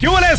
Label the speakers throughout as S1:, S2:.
S1: tardes,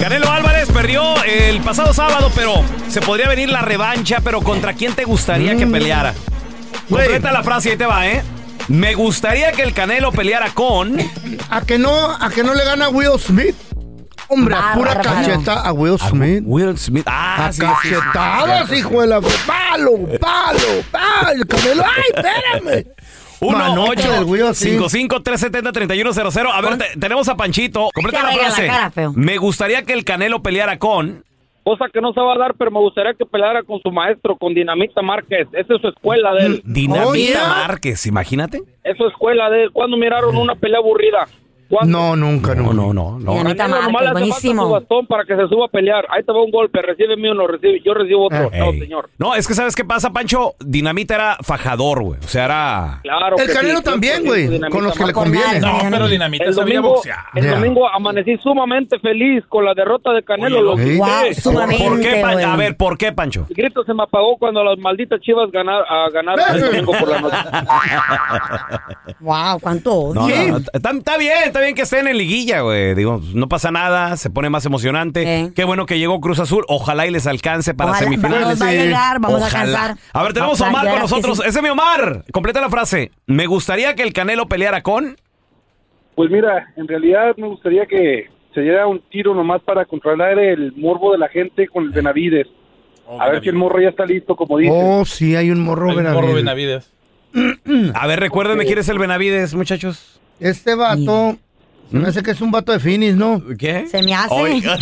S1: Canelo Álvarez perdió el pasado sábado, pero se podría venir la revancha, pero ¿contra quién te gustaría
S2: Mm.
S1: que peleara? Completa la frase, ahí te va, ¿eh? Me gustaría que el Canelo peleara con...
S2: ¿A que no, a que no le gana Will Smith? Hombre, a pura
S3: Bárbaro.
S2: cacheta a Will Smith.
S1: Will Smith. Ah,
S2: A
S1: sí, sí, sí.
S2: cachetadas, hijo de la... ¡Palo, palo, palo! ¡Canelo! ¡Ay, espérame! Manocha del Will Smith.
S1: 1-855-370-3100. A ver, te- tenemos a Panchito. Completa
S3: Te
S1: la
S3: arregla la
S1: frase.
S3: cara, feo.
S1: Me gustaría que el Canelo peleara con.
S4: Cosa que no se va a dar, pero me gustaría que peleara con su maestro, con Dinamita Márquez. Esa es su escuela de él.
S1: Mm, Dinamita
S2: Oh, yeah.
S1: Márquez, imagínate.
S4: Es su escuela de él. ¿Cuándo miraron una pelea aburrida? ¿Cuándo?
S2: No, nunca,
S1: No,
S2: no.
S1: no, no, no.
S3: Dinamita
S4: Canelo nomás
S3: Márquez,
S4: le hace falta
S3: buenísimo.
S4: su bastón para que se suba a pelear. Ahí te va un golpe, recibe mío, no recibe. Yo recibo
S2: Ah.
S4: otro.
S1: Eh, Ey.
S4: No, señor.
S1: No, es que ¿sabes qué pasa, Pancho? Dinamita era fajador, güey. O sea, era...
S4: Claro.
S2: El
S4: que
S2: Canelo
S4: sí,
S2: también,
S4: 100%
S2: güey,
S4: Dinamita
S2: con los que le
S3: No, con
S2: conviene.
S3: nadie.
S5: No, pero Dinamita
S4: El
S5: sabía
S4: domingo,
S5: boxear.
S4: el
S2: Yeah.
S4: domingo amanecí sumamente feliz con la derrota de Canelo.
S5: Oye,
S4: lo
S2: ¿eh?
S4: grité.
S3: Wow, sumamente.
S1: ¿Por qué, Pan-
S3: güey.
S1: A ver, ¿por qué, Pancho?
S4: El grito se me apagó cuando las malditas chivas ganar, ah, ganaron el domingo por la noche.
S3: Wow, cuánto odio.
S1: No, no, no, Está, está bien, está bien que estén en liguilla, güey. Digo, no pasa nada, se pone más emocionante.
S3: Eh.
S1: Qué bueno que llegó Cruz Azul. Ojalá y les alcance para
S3: Ojalá,
S1: semifinales.
S3: nos va a
S2: sí.
S3: llegar, vamos a
S1: Ojalá.
S3: alcanzar.
S1: A ver, tenemos a Omar
S3: Ya
S1: con
S3: verás que
S1: nosotros.
S3: sí.
S1: Ese es mi Omar. Completa la frase. Me gustaría que el Canelo peleara con.
S6: Pues mira, en realidad me gustaría que se diera un tiro nomás para controlar el morbo de la gente con el Benavides.
S1: Oh,
S6: a ver si el morro ya está listo, como dice.
S2: Oh, sí, hay un morro
S5: El morro
S2: Benavides.
S5: Benavides.
S1: A ver, recuérdenme quién es el Benavides, muchachos. Mm.
S2: Este vato... Se me hace que es un vato de finis, ¿no?
S1: ¿Qué?
S3: Se me hace.
S1: Oiga.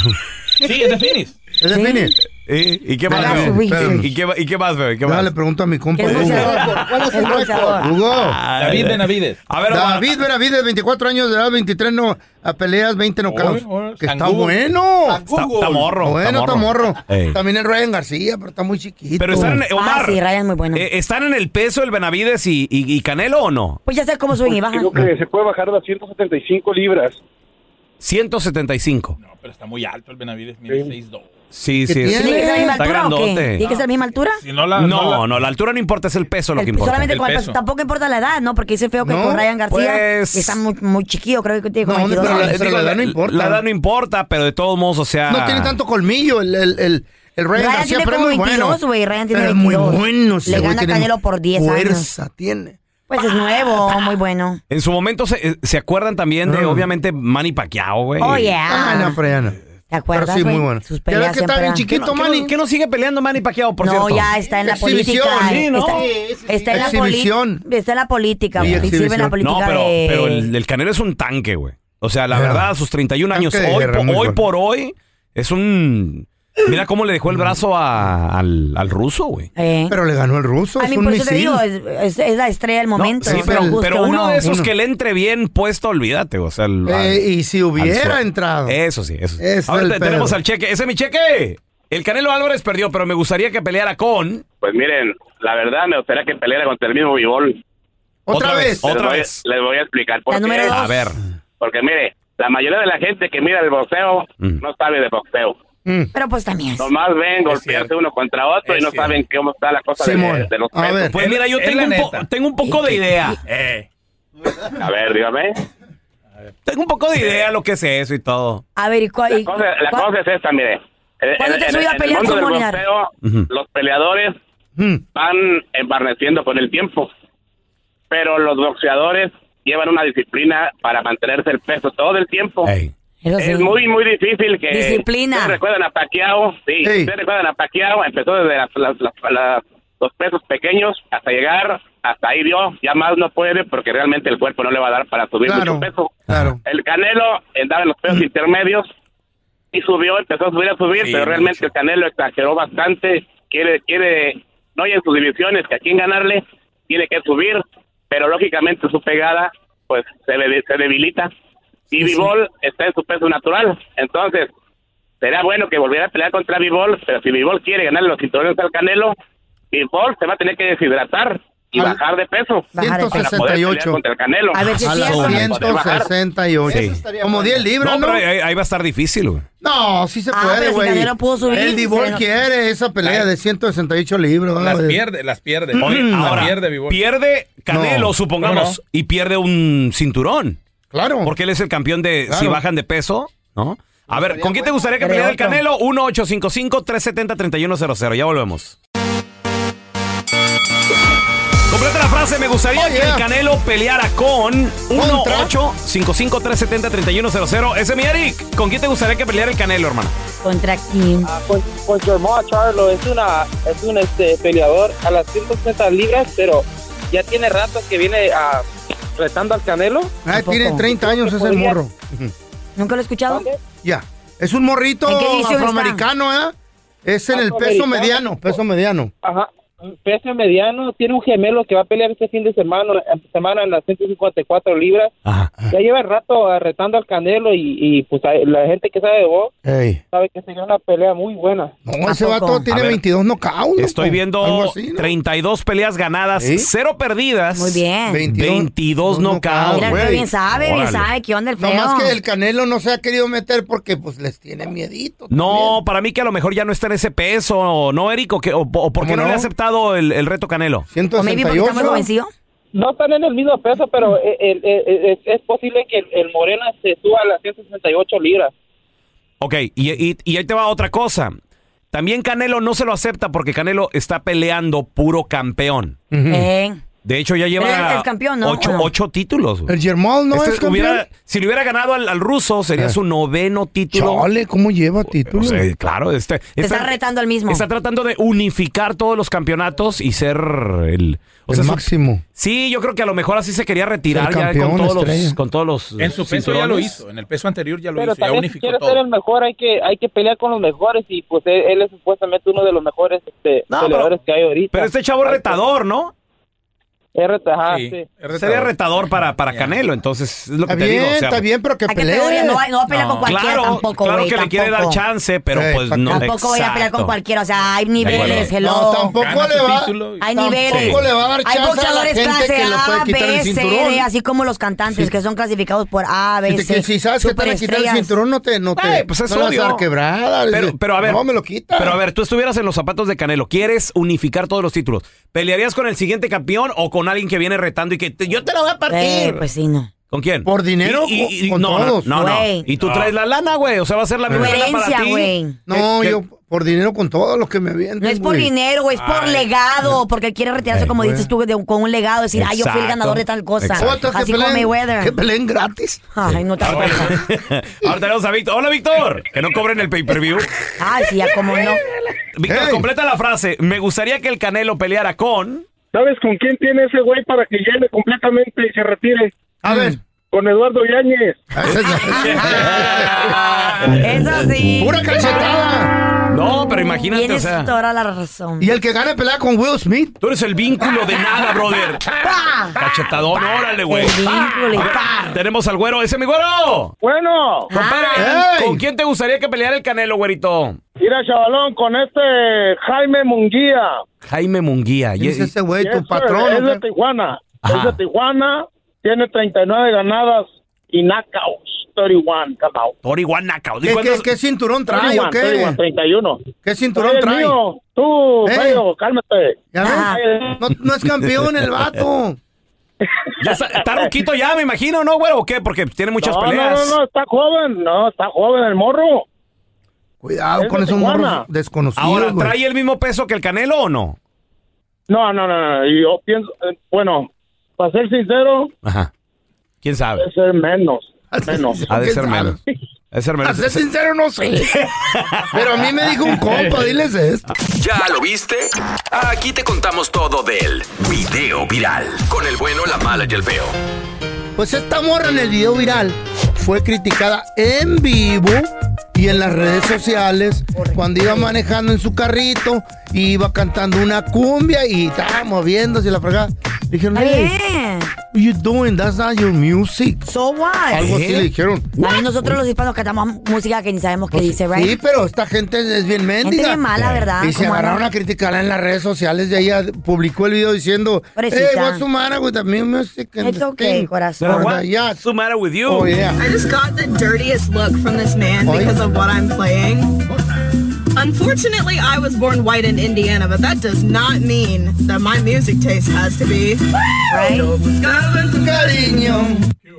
S5: Sí, es de Finis.
S2: ¿Es de finis?
S1: ¿Y, y qué más,
S3: Para
S1: güey?
S3: subir.
S2: Espéranos.
S1: ¿Y qué, y qué más, güey? ¿Qué
S2: Ahora
S1: más?
S2: le pregunto a mi compa.
S3: Que es
S2: Hugo.
S3: boxeador. Es boxeador.
S2: Hugo.
S5: David Benavides.
S1: A ver, Omar.
S2: David Benavides, 24 años de edad, 23 no, a peleas, 20 knockouts.
S5: Oye, oye,
S2: Que está
S5: Sangugo.
S2: bueno.
S1: Está, está morro.
S2: Bueno, está morro.
S1: Ey.
S2: También es Ryan García, pero está muy chiquito.
S1: Pero están en, Omar,
S3: Ah, sí, Ryan es muy bueno.
S1: eh, ¿están en el peso el Benavides y, y- y Canelo o no?
S3: Pues ya sé cómo suben y bajan.
S6: Creo
S2: Ah.
S6: que se puede bajar a las 175 libras.
S1: 175.
S5: No, pero está muy alto el Benavides, mide 6'2".
S1: Sí,
S2: ¿Qué
S1: sí.
S2: tiene?
S1: es-
S3: ¿Tiene que ser la misma altura
S1: Está
S3: o qué?
S1: grandote.
S3: ¿Tiene que ser la misma altura?
S5: Si no la...
S1: No, no,
S5: la-
S1: la altura no importa, es el peso lo
S3: El-
S1: que importa.
S3: solamente
S5: El
S3: con el
S5: peso.
S3: peso. Tampoco importa la edad, ¿no? Porque ese feo que
S2: No,
S3: con Ryan García
S1: pues-
S3: está muy, muy chiquillo, creo que tiene como
S2: No,
S3: 22
S2: pero la-
S3: años.
S2: pero la edad no importa.
S1: La edad no importa, pero de todos modos, o sea.
S2: No tiene tanto colmillo el, el, el, el Ryan,
S3: Ryan
S2: García,
S3: tiene
S2: pero es
S3: como
S2: muy bueno.
S3: 22, güey, Ryan tiene
S2: pero es muy
S3: 22.
S2: bueno. ese
S3: Le
S2: güey
S3: gana
S2: tiene
S3: Canelo por 10 años.
S2: Fuerza tiene.
S3: Pues es nuevo, muy bueno.
S1: En su momento se, eh, se acuerdan también de,
S2: Mm.
S1: obviamente, Manny Pacquiao, güey.
S3: Oh,
S2: Ah,
S3: yeah.
S2: no, pero ya no.
S3: ¿Te acuerdas,
S2: Pero sí,
S3: güey?
S2: muy bueno.
S3: pues, Sus
S2: Ya ves
S3: peleas
S2: que está
S3: siempre
S2: bien
S3: eran-
S1: ¿Qué no-
S2: chiquito,
S1: qué no-
S2: Manny.
S1: qué no sigue peleando Manny Pacquiao, por
S3: no,
S1: cierto?
S3: ya está en la
S2: Exhibición,
S3: política.
S2: sí, ¿no?
S3: Está, está en la
S2: Exhibición.
S3: política. Está en la política.
S2: Y
S3: güey, Sirve en la
S2: exhibición.
S3: política
S1: No, pero,
S3: de...
S1: pero el, el Canelo es un tanque, güey. O sea, la
S2: Ya.
S1: verdad, a sus 31 años,
S2: Tanque de
S1: hoy,
S2: guerra,
S1: po-
S2: muy
S1: hoy
S2: bueno.
S1: por hoy, es un... Mira cómo le dejó el brazo a- al, al ruso, güey.
S3: Eh.
S2: Pero le ganó el ruso.
S3: A
S2: Es
S3: mí,
S2: un
S3: por eso te
S2: misil.
S3: digo, es, es- es la estrella del momento.
S1: No, sí,
S3: ¿no?
S1: pero,
S3: Guste
S1: pero
S3: o
S1: uno
S3: no.
S1: de esos
S2: Uno.
S1: que le entre bien puesto, olvídate, o sea... al- al-
S2: Eh, y si
S1: al
S2: hubiera
S1: suelo.
S2: entrado.
S1: Eso sí, eso sí.
S2: Es
S1: Ahora
S2: el
S1: te- tenemos
S2: pedo.
S1: al cheque. ¡Ese es mi cheque! El Canelo Álvarez perdió, pero me gustaría que peleara con...
S7: Pues miren, la verdad me gustaría que peleara contra el mismo Bibol.
S2: Otra vez.
S1: Otra
S7: les voy,
S1: vez.
S7: Les voy a explicar por
S3: La número
S7: qué.
S3: dos.
S1: A ver.
S7: Porque mire, la mayoría de la gente que mira el boxeo
S1: Mm.
S7: no sabe de boxeo.
S2: Mm.
S3: Pero pues también. es-
S7: Nomás ven golpearse
S5: cierto.
S7: uno contra otro
S5: Es
S7: y no
S5: cierto.
S7: saben cómo está la cosa de,
S2: Simón.
S7: de los
S2: A
S7: pesos.
S2: ver.
S1: Pues mira, yo
S5: Es
S1: tengo
S5: la
S1: un, po-
S5: neta.
S1: tengo un poco
S3: eh,
S1: de idea.
S5: Eh,
S7: A ver, dígame.
S1: Tengo un poco de idea lo que es eso y todo.
S3: A ver, ¿y cuál?
S7: La
S3: y
S7: cosa, la
S3: cuál-
S7: cosa es esta, mire. En-
S3: ¿Cuándo
S7: Eh, en-
S3: te has
S7: en-
S3: oído a
S7: en el
S3: pelear
S7: mundo
S3: con
S7: del
S3: Molinar?
S7: boxeo,
S1: Ujú.
S7: los peleadores
S2: Mm.
S7: van embarneciendo con el tiempo. Pero los boxeadores llevan una disciplina para mantenerse el peso todo el tiempo.
S1: Ey.
S3: Eso sí.
S7: Es muy, muy difícil que...
S3: Disciplina.
S7: ¿Ustedes recuerdan a Pacquiao? Sí.
S2: Sí.
S7: ¿Ustedes recuerdan a Pacquiao? Empezó desde las- las- las- la- los pesos pequeños hasta llegar, hasta ahí dio. Ya más no puede porque realmente el cuerpo no le va a dar para subir
S2: Claro,
S7: mucho peso.
S2: claro. Mm.
S7: El Canelo andaba en los pesos intermedios y subió, empezó a subir, a subir,
S1: Sí,
S7: pero realmente
S1: mucho.
S7: el Canelo exageró bastante. Quiere, quiere, no hay en sus divisiones que a quién ganarle, tiene que subir, pero lógicamente su pegada pues se, le- se debilita. Y Bivol está en su peso natural. Entonces, Sería bueno que volviera a pelear contra Bivol, pero si Bivol quiere ganar los cinturones al Canelo, Bivol se va a tener que deshidratar y
S2: Al-
S7: bajar de peso.
S3: Bajar de peso.
S7: Para poder pelear
S2: 168.
S7: contra el Canelo.
S3: A ver si es
S2: A las
S3: cierto.
S7: poder bajar.
S2: 168.
S1: Sí.
S2: Como 10 libras,
S1: No,
S2: ¿no?
S1: pero ahí, ahí va a estar difícil, güey.
S2: No, sí se
S3: Ah,
S2: puede,
S3: pero si
S2: güey.
S3: Canelo pudo subir,
S2: el
S3: se
S2: Divol
S3: lo-
S2: quiere esa pelea de 168 libras.
S5: Las
S2: güey.
S5: pierde, las pierde.
S1: Oye,
S5: Las
S1: ahora,
S5: pierde, Bibol.
S1: pierde Canelo,
S2: No.
S1: supongamos,
S5: No, no.
S1: y pierde un cinturón.
S2: Claro.
S1: Porque él es el campeón de si
S2: Claro.
S1: bajan de peso, ¿no? A ver, ¿con quién te gustaría que
S3: Pero
S1: peleara el
S3: otro.
S1: Canelo? 1-855-370-3100. Ya volvemos. Completa la frase. Me gustaría
S2: Oh, yeah.
S1: que el Canelo peleara con
S2: Contra.
S1: 1-855-370-3100. Ese es mi Eric. ¿Con quién te gustaría que peleara el Canelo, hermano?
S3: Contra Kim.
S4: Pues, pues su hermano Charlo es una es un este peleador a las 150 libras, pero ya tiene rato que viene a retando al Canelo.
S2: Ah, tiene
S3: Tampoco.
S2: 30 años ese
S4: Podría-
S2: morro.
S3: ¿Nunca lo he escuchado?
S4: ¿Dónde?
S2: Ya. Es un morrito
S3: ¿En qué división está?
S2: afroamericano, ¿eh? Es en el peso
S4: Afroamericano.
S2: mediano, peso mediano.
S4: Ajá. Peso mediano, tiene un gemelo que va a pelear este fin de semana, semana en las 154 libras.
S1: Ajá.
S4: Ya lleva rato ah, retando al Canelo y, y, pues ahí la gente que sabe de vos
S2: Ey.
S4: sabe que sería una pelea muy buena.
S2: No, ese
S3: ¿A poco?
S2: vato tiene
S1: A ver,
S2: 22 knockouts. loco.
S1: Estoy viendo
S2: Algo así, ¿no?
S1: 32 peleas ganadas,
S2: ¿Sí?
S1: 0 perdidas.
S3: Muy bien.
S1: 22 knockouts,
S3: Mira,
S1: güey.
S3: pero bien sabe, bien
S1: Órale.
S3: sabe qué onda el
S2: No
S3: feo.
S2: más que el Canelo no se ha querido meter porque pues les tiene miedito.
S1: No, para mí que a lo mejor ya no está en ese peso, ¿no, Eric? ¿O, qué? ¿O- o por qué
S2: ¿Cómo
S1: no, le
S2: no?
S1: ha aceptado el, el reto Canelo?
S2: también.
S3: O maybe porque está muy
S2: 168.
S3: convencido.
S4: No están en el mismo peso, pero el- el- el- es, es posible que el, el Morena se suba a las 168 libras.
S1: Ok, y, y- y ahí te va otra cosa. También Canelo no se lo acepta porque Canelo está peleando puro campeón.
S3: Eh,
S1: De hecho, ya
S3: Pero
S1: lleva
S3: él es campeón, ¿no?
S1: ocho,
S3: ¿O no?
S1: ocho títulos. güey.
S2: El Germán no
S1: Este
S2: es campeón.
S1: hubiera- si le hubiera ganado al, al ruso, sería
S2: Eh.
S1: su noveno título.
S2: Chale, ¿cómo lleva
S1: O
S2: título?
S1: sea, claro, este,
S3: te
S1: este-
S3: está retando al mismo.
S1: Está tratando de unificar todos los campeonatos y ser el, o
S2: El
S1: sea, su-
S2: máximo.
S1: Sí, yo creo que a lo mejor así se quería retirar
S2: El
S1: ya con
S2: campeón,
S1: todos, los,
S2: estrella.
S1: con todos los.
S5: En su peso ya
S1: cinturones.
S5: lo hizo. En el peso anterior ya lo
S4: Pero
S5: hizo. Ya
S4: también si
S5: unificó
S4: quieres ser
S5: todo.
S4: el mejor hay que hay que pelear con los mejores y pues él, él es supuestamente uno de los mejores este,
S1: No,
S4: peleadores que hay ahorita.
S1: Pero este chavo es retador, ¿no?
S4: Es reta- ajá,
S5: Sí,
S4: sí.
S5: es retador.
S1: Sería retador para, para Canelo, entonces es lo que
S2: Está
S1: te
S2: bien,
S1: digo. o sea,
S2: está bien, pero que
S3: ¿A qué categoría?
S2: pelee.
S3: No, va- no va a pelear
S5: No.
S3: con cualquiera
S1: claro,
S3: tampoco,
S1: claro
S3: güey,
S1: que le quiere dar
S3: tampoco.
S1: chance, pero
S2: Eh,
S1: pues no.
S3: Tampoco voy a pelear con
S1: exacto.
S3: cualquiera, o sea, hay niveles,
S5: acuerdo.
S3: hello.
S2: No, tampoco
S5: Gana
S2: le
S5: tu
S2: va.
S5: título y-
S3: Hay
S2: Tampoco
S3: niveles.
S2: le va a dar
S3: Hay
S2: chance a la
S3: boxeadores
S2: gente
S3: clase
S2: que le puede
S3: A,
S2: quitar el
S3: B, C,
S2: cinturón.
S3: D, así como los cantantes que son clasificados por A, B,
S2: Si, te-
S3: C.
S2: si sabes que te van a quitar el
S3: superestrellas.
S2: cinturón, no te. No te
S1: Eh, pues es
S2: no le vas a
S1: obvio.
S2: dar quebrada.
S1: Pero, pero a ver,
S2: No me lo quita.
S1: Pero a ver, tú estuvieras en los zapatos de Canelo, quieres unificar todos los títulos. ¿Pelearías con el siguiente campeón o con alguien que viene retando y que te- yo te la voy a
S3: Eh,
S1: partir?
S3: pues sí, no.
S1: ¿Con quién?
S2: ¿Por dinero
S1: Y- y- y-
S2: o con
S1: no, no,
S2: todos?
S1: No, no.
S3: Güey.
S1: Y tú traes la lana, güey. O sea, va a ser la misma lana para
S3: Coherencia,
S1: ti.
S3: güey. Eh,
S2: No,
S1: ¿Qué-
S2: yo por dinero con todo lo que me avienten.
S3: No es por
S2: güey.
S3: dinero, güey, es por
S5: Ay.
S3: legado, porque él quiere retirarse,
S1: Ey,
S3: como dices tú, de- con un legado, decir, ay, yo fui el
S1: Exacto.
S3: ganador de tal cosa.
S1: Exacto.
S2: Otros
S3: Así
S2: que
S3: como
S2: peleen, que
S3: Mayweather.
S2: peleen gratis.
S3: Ay, no te acuerdas.
S1: Ahora tenemos a Víctor. Hola, Víctor. Que no cobren el pay-per-view.
S3: Ay, sí, ya como no.
S1: Víctor,
S2: Hey.
S1: completa la frase. Me gustaría que el Canelo peleara con...
S6: ¿Sabes con quién tiene ese güey para que llene completamente y se retire?
S2: A ver.
S6: Con Eduardo Yáñez.
S3: Eso sí.
S2: Pura calcetada.
S1: No, Oh, pero imagínate, o
S3: Tienes
S1: sea...
S3: toda la razón.
S2: Y el que gane pelea con Will Smith.
S1: Tú eres el vínculo de nada, brother.
S3: ¡Pam!
S1: Cachetadón, órale, güey.
S3: El vínculo y pa.
S1: Tenemos al güero. ¡Ese es mi güero!
S6: Bueno,
S3: Ah.
S1: Compadre,
S2: Ey.
S1: ¿Con quién te gustaría que peleara el Canelo, güerito?
S6: mira, chavalón, con este Jaime Munguía.
S1: Jaime Munguía. Y-
S2: Es ese güey,
S6: Yes,
S2: tu
S6: sir, Es
S2: patrón.
S6: de
S2: ¿no?
S6: Tijuana.
S1: Ajá.
S6: Es de Tijuana. Tiene 39 ganadas y knockouts. 31 knockouts.
S1: Tori Guanaca. ¿Y
S2: ¿Qué, qué,
S1: cuántos-
S2: qué cinturón trae o
S6: 31, 31,
S2: qué?
S6: 31.
S2: ¿Qué
S6: Oye,
S2: cinturón
S6: el
S2: trae?
S6: mío, tú,
S2: ¿Eh?
S6: feo, cálmate.
S2: ¿Ya
S3: Ah.
S2: ves? No, no es campeón el vato.
S1: Ya está, está ruquito ya, me imagino, ¿no, güero? ¿O qué? Porque tiene muchas
S6: No, no,
S1: peleas.
S6: no, no, está joven. No, está joven el morro.
S2: Cuidado
S6: Es
S2: con
S6: de
S2: esos
S6: Tijuana.
S2: morros desconocidos.
S1: Ahora,
S2: güey.
S1: ¿trae el mismo peso que el Canelo o no?
S6: No, no, no, no. Yo pienso, eh, bueno, para ser sincero,
S1: Ajá. ¿Quién sabe?
S6: es el menos. Menos.
S1: Ha de
S2: ¿Quién
S1: ser
S2: sabe?
S1: menos. Ha de ser
S2: A
S1: menos.
S2: ser sincero, no Ah, sé. Pero a mí me dijo un compa, diles esto.
S8: ¿Ya lo viste? Aquí te contamos todo del video viral. Con el bueno, la mala y el feo.
S2: Pues esta morra en el video viral fue criticada en vivo y en las redes sociales cuando iba manejando en su carrito, iba cantando una cumbia y estaba moviéndose y la fregada. Dijeron,
S3: Está
S2: hey,
S3: bien.
S2: what you doing? That's not your music.
S3: So what?
S2: Algo así
S3: ¿Eh?
S2: le dijeron. Pues
S3: También nosotros los hispanos cantamos música que ni sabemos qué dice,
S2: Sí,
S3: right?
S2: pero esta gente es bien mendiga.
S3: bien mala, ¿verdad?
S2: Y se
S3: ¿Cómo
S2: agarraron
S3: no?
S2: a criticarla en las redes sociales. De ella publicó el video diciendo, "Eh,
S3: Pobrecita.
S2: Hey, what's the matter with the music and
S3: It's
S2: the
S3: okay,
S2: thing?"
S3: corazón.
S2: Pero,
S1: What?
S2: ya,
S1: What's the matter with you?
S2: oh, yeah.
S9: I just got the dirtiest look from this man
S2: Oy.
S9: because of what I'm playing. Unfortunately, I was born white in Indiana, but that does not mean that my music taste has to be.
S3: Right?
S2: Cariño.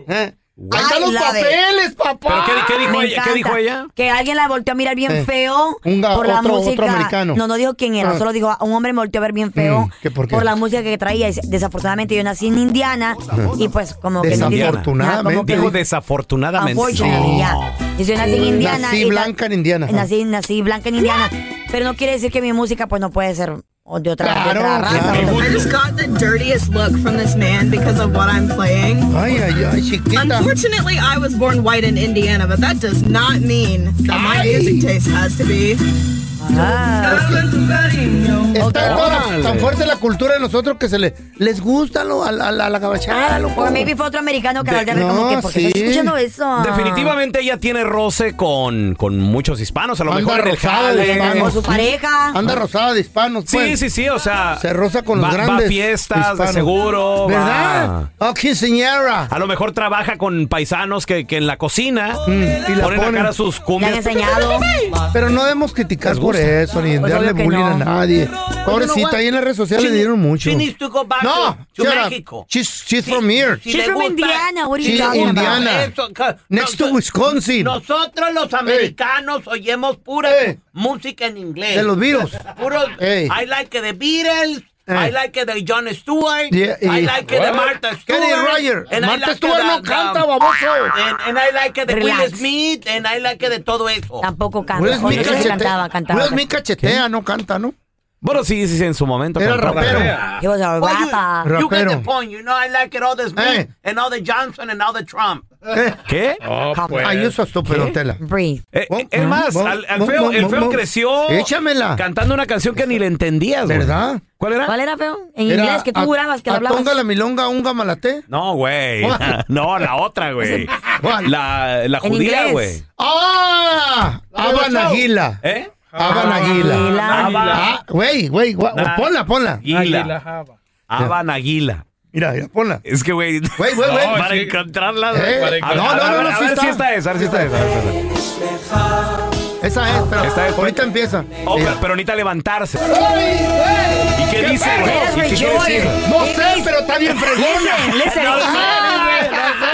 S2: ¿Eh? Ahí están
S3: I
S2: los
S3: love it.
S2: papeles,
S1: ¿Pero
S2: papá.
S1: qué, qué dijo
S3: Me
S1: ella? ¿Qué
S3: encanta.
S1: dijo ella?
S3: Que alguien la volteó a mirar bien
S2: Eh,
S3: feo
S2: un ga-
S3: por la
S2: otro- otro
S3: música.
S2: americano.
S3: No, no dijo quién era,
S2: Ah.
S3: solo dijo un hombre me volteó a ver bien feo
S2: Mm, ¿qué por qué?
S3: la música que traía. Y Desafortunadamente yo nací en Indiana y pues como que no tiene-
S2: Desafortunadamente.
S3: Ajá, como que-
S1: Dijo desafortunadamente.
S3: Unfortunately, ya. Y yo nací en Indiana.
S2: Nací
S3: y la-
S2: blanca en Indiana. ajá.
S3: Nací, nací blanca en Indiana. Pero no quiere decir que mi música pues no puede ser o de otra, de
S2: Claro,
S3: otra raza.
S2: claro.
S9: I just got the dirtiest look from this man because of what I'm playing.
S2: Ay, ay, ay, chiquita.
S9: Unfortunately, I was born white in Indiana, but that does not mean that my
S2: Ay.
S9: music taste has to be.
S3: Ah,
S2: Está toda- tan fuerte la cultura de nosotros que se le, les gusta lo, a, la- a la- a la gabachada, loco.
S3: o maybe fue otro americano que
S1: De-
S3: al de ver como
S2: no,
S3: que porque
S2: sí.
S3: estoy escuchando eso.
S1: Definitivamente ella tiene roce con, con muchos hispanos, a lo
S2: Anda
S1: mejor en el
S2: rosada de
S1: jale.
S2: hispanos.
S3: Con su pareja.
S2: Anda rosada de hispanos,
S1: Sí,
S2: pues.
S1: sí, sí, o sea.
S2: Se roza con los
S1: va-
S2: grandes.
S1: Va a fiestas,
S2: hispanos.
S1: de seguro.
S2: ¿Verdad?
S1: va-
S2: Oh, quinceañera.
S1: a lo mejor trabaja con paisanos que, que en la cocina
S2: Mm, y la
S1: ponen a
S2: ponen.
S1: cara sus
S3: Le han
S1: cumbias.
S3: enseñado.
S2: Pero no debemos criticar
S1: Les
S2: por
S1: gusta.
S2: eso, ni
S3: Pues
S2: darle
S3: obvio que
S2: bullying a
S3: no.
S2: nadie.
S10: Pues
S2: Pobrecita, ahí en las redes sociales le dieron mucho. No, shut up. She's, she's from here.
S3: She's from Indiana. What are you
S2: She's
S3: talking about?
S2: Indiana. Next to Wisconsin.
S10: Nosotros los americanos oyemos pura
S2: Ey.
S10: música en inglés.
S2: De los virus.
S10: Puros,
S2: Ey.
S10: I like the Beatles.
S2: Ey.
S10: I like the John Stewart.
S2: Yeah,
S10: I
S2: y-
S10: like the Martha Stewart.
S2: Kenny Rogers.
S10: and I
S2: Martha
S10: like
S2: Stewart
S10: the-
S2: no
S10: the-
S2: canta, baboso.
S10: And, and I like the
S3: Relax.
S10: Will Smith. And I like the todo eso.
S3: Tampoco canta.
S2: Will Smith
S3: Oye, sí,
S2: cachete-
S3: cantaba, cantaba.
S2: Will Smith cachetea, no canta, ¿no?
S1: Bueno, sí, sí, sí, en su momento.
S2: Era
S1: cantaba.
S2: rapero.
S3: He was a
S10: Well,
S3: rapper.
S10: you, you get the
S2: Rapero.
S10: point. You know, I like it all the Smith
S2: Ey.
S10: and all the Johnson and all the Trump.
S2: Eh,
S1: ¿Qué?
S5: Oh, pues.
S2: Ahí eso es ah, tu pelotela.
S3: Breathe.
S1: Eh,
S2: Bom,
S1: eh, es
S2: bom,
S1: más,
S2: bom,
S1: al, al
S2: bom,
S1: feo,
S2: bom,
S1: el feo
S2: bom.
S1: creció
S2: Échamela.
S1: cantando una canción que ni le entendías, güey.
S2: ¿Verdad?
S1: ¿Cuál era?
S3: ¿Cuál era feo? En
S2: Era
S3: inglés que tú
S2: a-
S3: jurabas que
S2: a
S3: lo hablabas.
S2: Tonga la milonga, unga malaté.
S1: No, güey.
S2: ¿Cuál?
S1: No, la otra, güey.
S2: ¿Cuál?
S1: La, la
S3: En
S1: judía,
S3: inglés.
S1: güey.
S2: ¡Ah! Abanaguila.
S1: ¿Eh?
S2: Abanaguila.
S1: Aba-
S2: Ah, güey, Ah, güey, gua-
S1: Nah.
S2: ponla, ponla.
S5: Águila,
S1: Aguila.
S5: java.
S1: Abanaguila.
S2: Mira, mira, ponla.
S1: Es que, güey.
S2: Güey, güey, güey.
S1: Para
S5: sí.
S1: encontrarla.
S2: Eh,
S1: güey.
S5: no,
S1: A ver,
S2: no,
S1: a ver,
S2: no, no,
S1: a
S2: sí
S1: ver
S2: está.
S1: si está esa, a ver si está esa. a ver si está esa.
S2: Esa es, pero
S1: Esta es, pues.
S2: ahorita empieza. Eh.
S1: Oh,
S2: Mira.
S1: pero, pero necesita levantarse.
S2: ¡Ey,
S1: ¿Y qué dice,
S2: pedo?
S3: Let us
S1: güey? ¿Y qué quiere
S3: rejoice.
S1: decir?
S2: ey! No sé, pero está bien fregona.
S3: Listen, listen.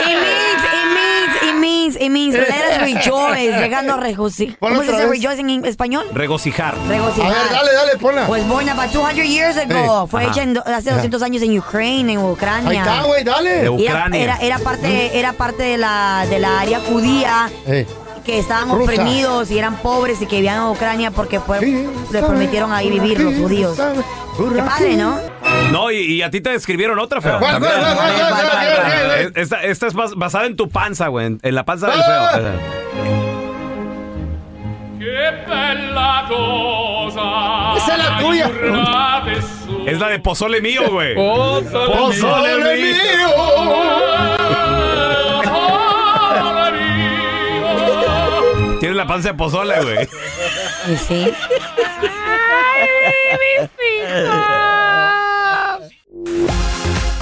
S3: It means, it means, it means, it means. Let us rejoice. Déjanos regoci-
S2: Ponlo
S3: ¿Cómo se
S2: otra
S3: dice
S2: vez.
S3: rejoice en español?
S1: Regocijar.
S2: A
S3: Regocijar.
S2: ver, dale, dale, ponla.
S3: Was born about 200 years ago. Fue hecha en do- hace 200 años en Ukraine, en Ucrania.
S2: Ahí está, güey, dale.
S1: De-
S3: Y era,
S1: Ucrania.
S3: era- era parte, era parte de, la, de la área judía
S2: Eh,
S3: que estaban
S2: Rusa.
S3: oprimidos y eran pobres y que vivían en Ucrania porque pues, les permitieron ahí vivir los judíos. Qué padre, ¿no?
S1: No, y, y a ti te describieron otra, feo.
S2: ¿Cuál,
S1: También.
S2: cuál, cuál, cuál,
S3: cuál, cuál,
S2: cuál, cuál?
S1: Eh, Esta, esta es bas- basada en tu panza, güey. En, en la panza del
S2: Ah.
S1: feo.
S2: Esa es la tuya.
S1: Es la de pozole mío, güey.
S2: ¡Pozole
S1: Pozole mío.
S2: mío!
S1: Tienes la panza de pozole, güey.
S3: Y sí.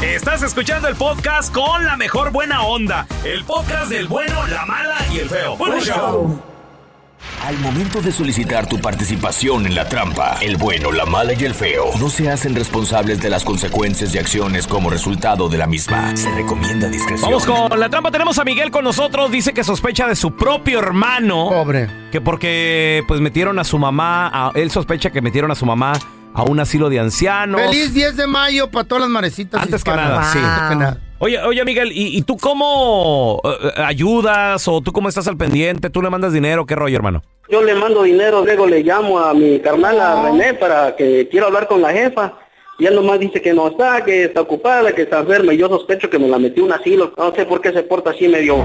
S1: Estás escuchando el podcast con la mejor buena onda. El podcast del bueno, la mala y el feo. Bueno, show.
S8: Al momento de solicitar tu participación en la trampa, el bueno, la mala y el feo no se hacen responsables de las consecuencias y acciones como resultado de la misma. Se recomienda discreción.
S1: Vamos con la trampa. Tenemos a Miguel con nosotros. Dice que sospecha de su propio hermano.
S2: Pobre.
S1: Que porque pues metieron a su mamá, a- él sospecha que metieron a su mamá a un asilo de ancianos.
S2: Feliz 10 de mayo para todas las marecitas.
S1: Antes que
S2: hispanas.
S1: nada, sí.
S2: Antes que nada.
S1: Oye, oye Miguel, ¿y, y tú cómo eh, eh, ayudas o tú cómo estás al pendiente? ¿Tú le mandas dinero? ¿Qué rollo, hermano?
S4: Yo le mando dinero, luego le llamo a mi carnal, a René, para que quiero hablar con la jefa.
S11: Y él nomás dice que no está, que está ocupada, que está enferma. Y yo sospecho que me la metió un asilo. No sé por qué se porta así medio...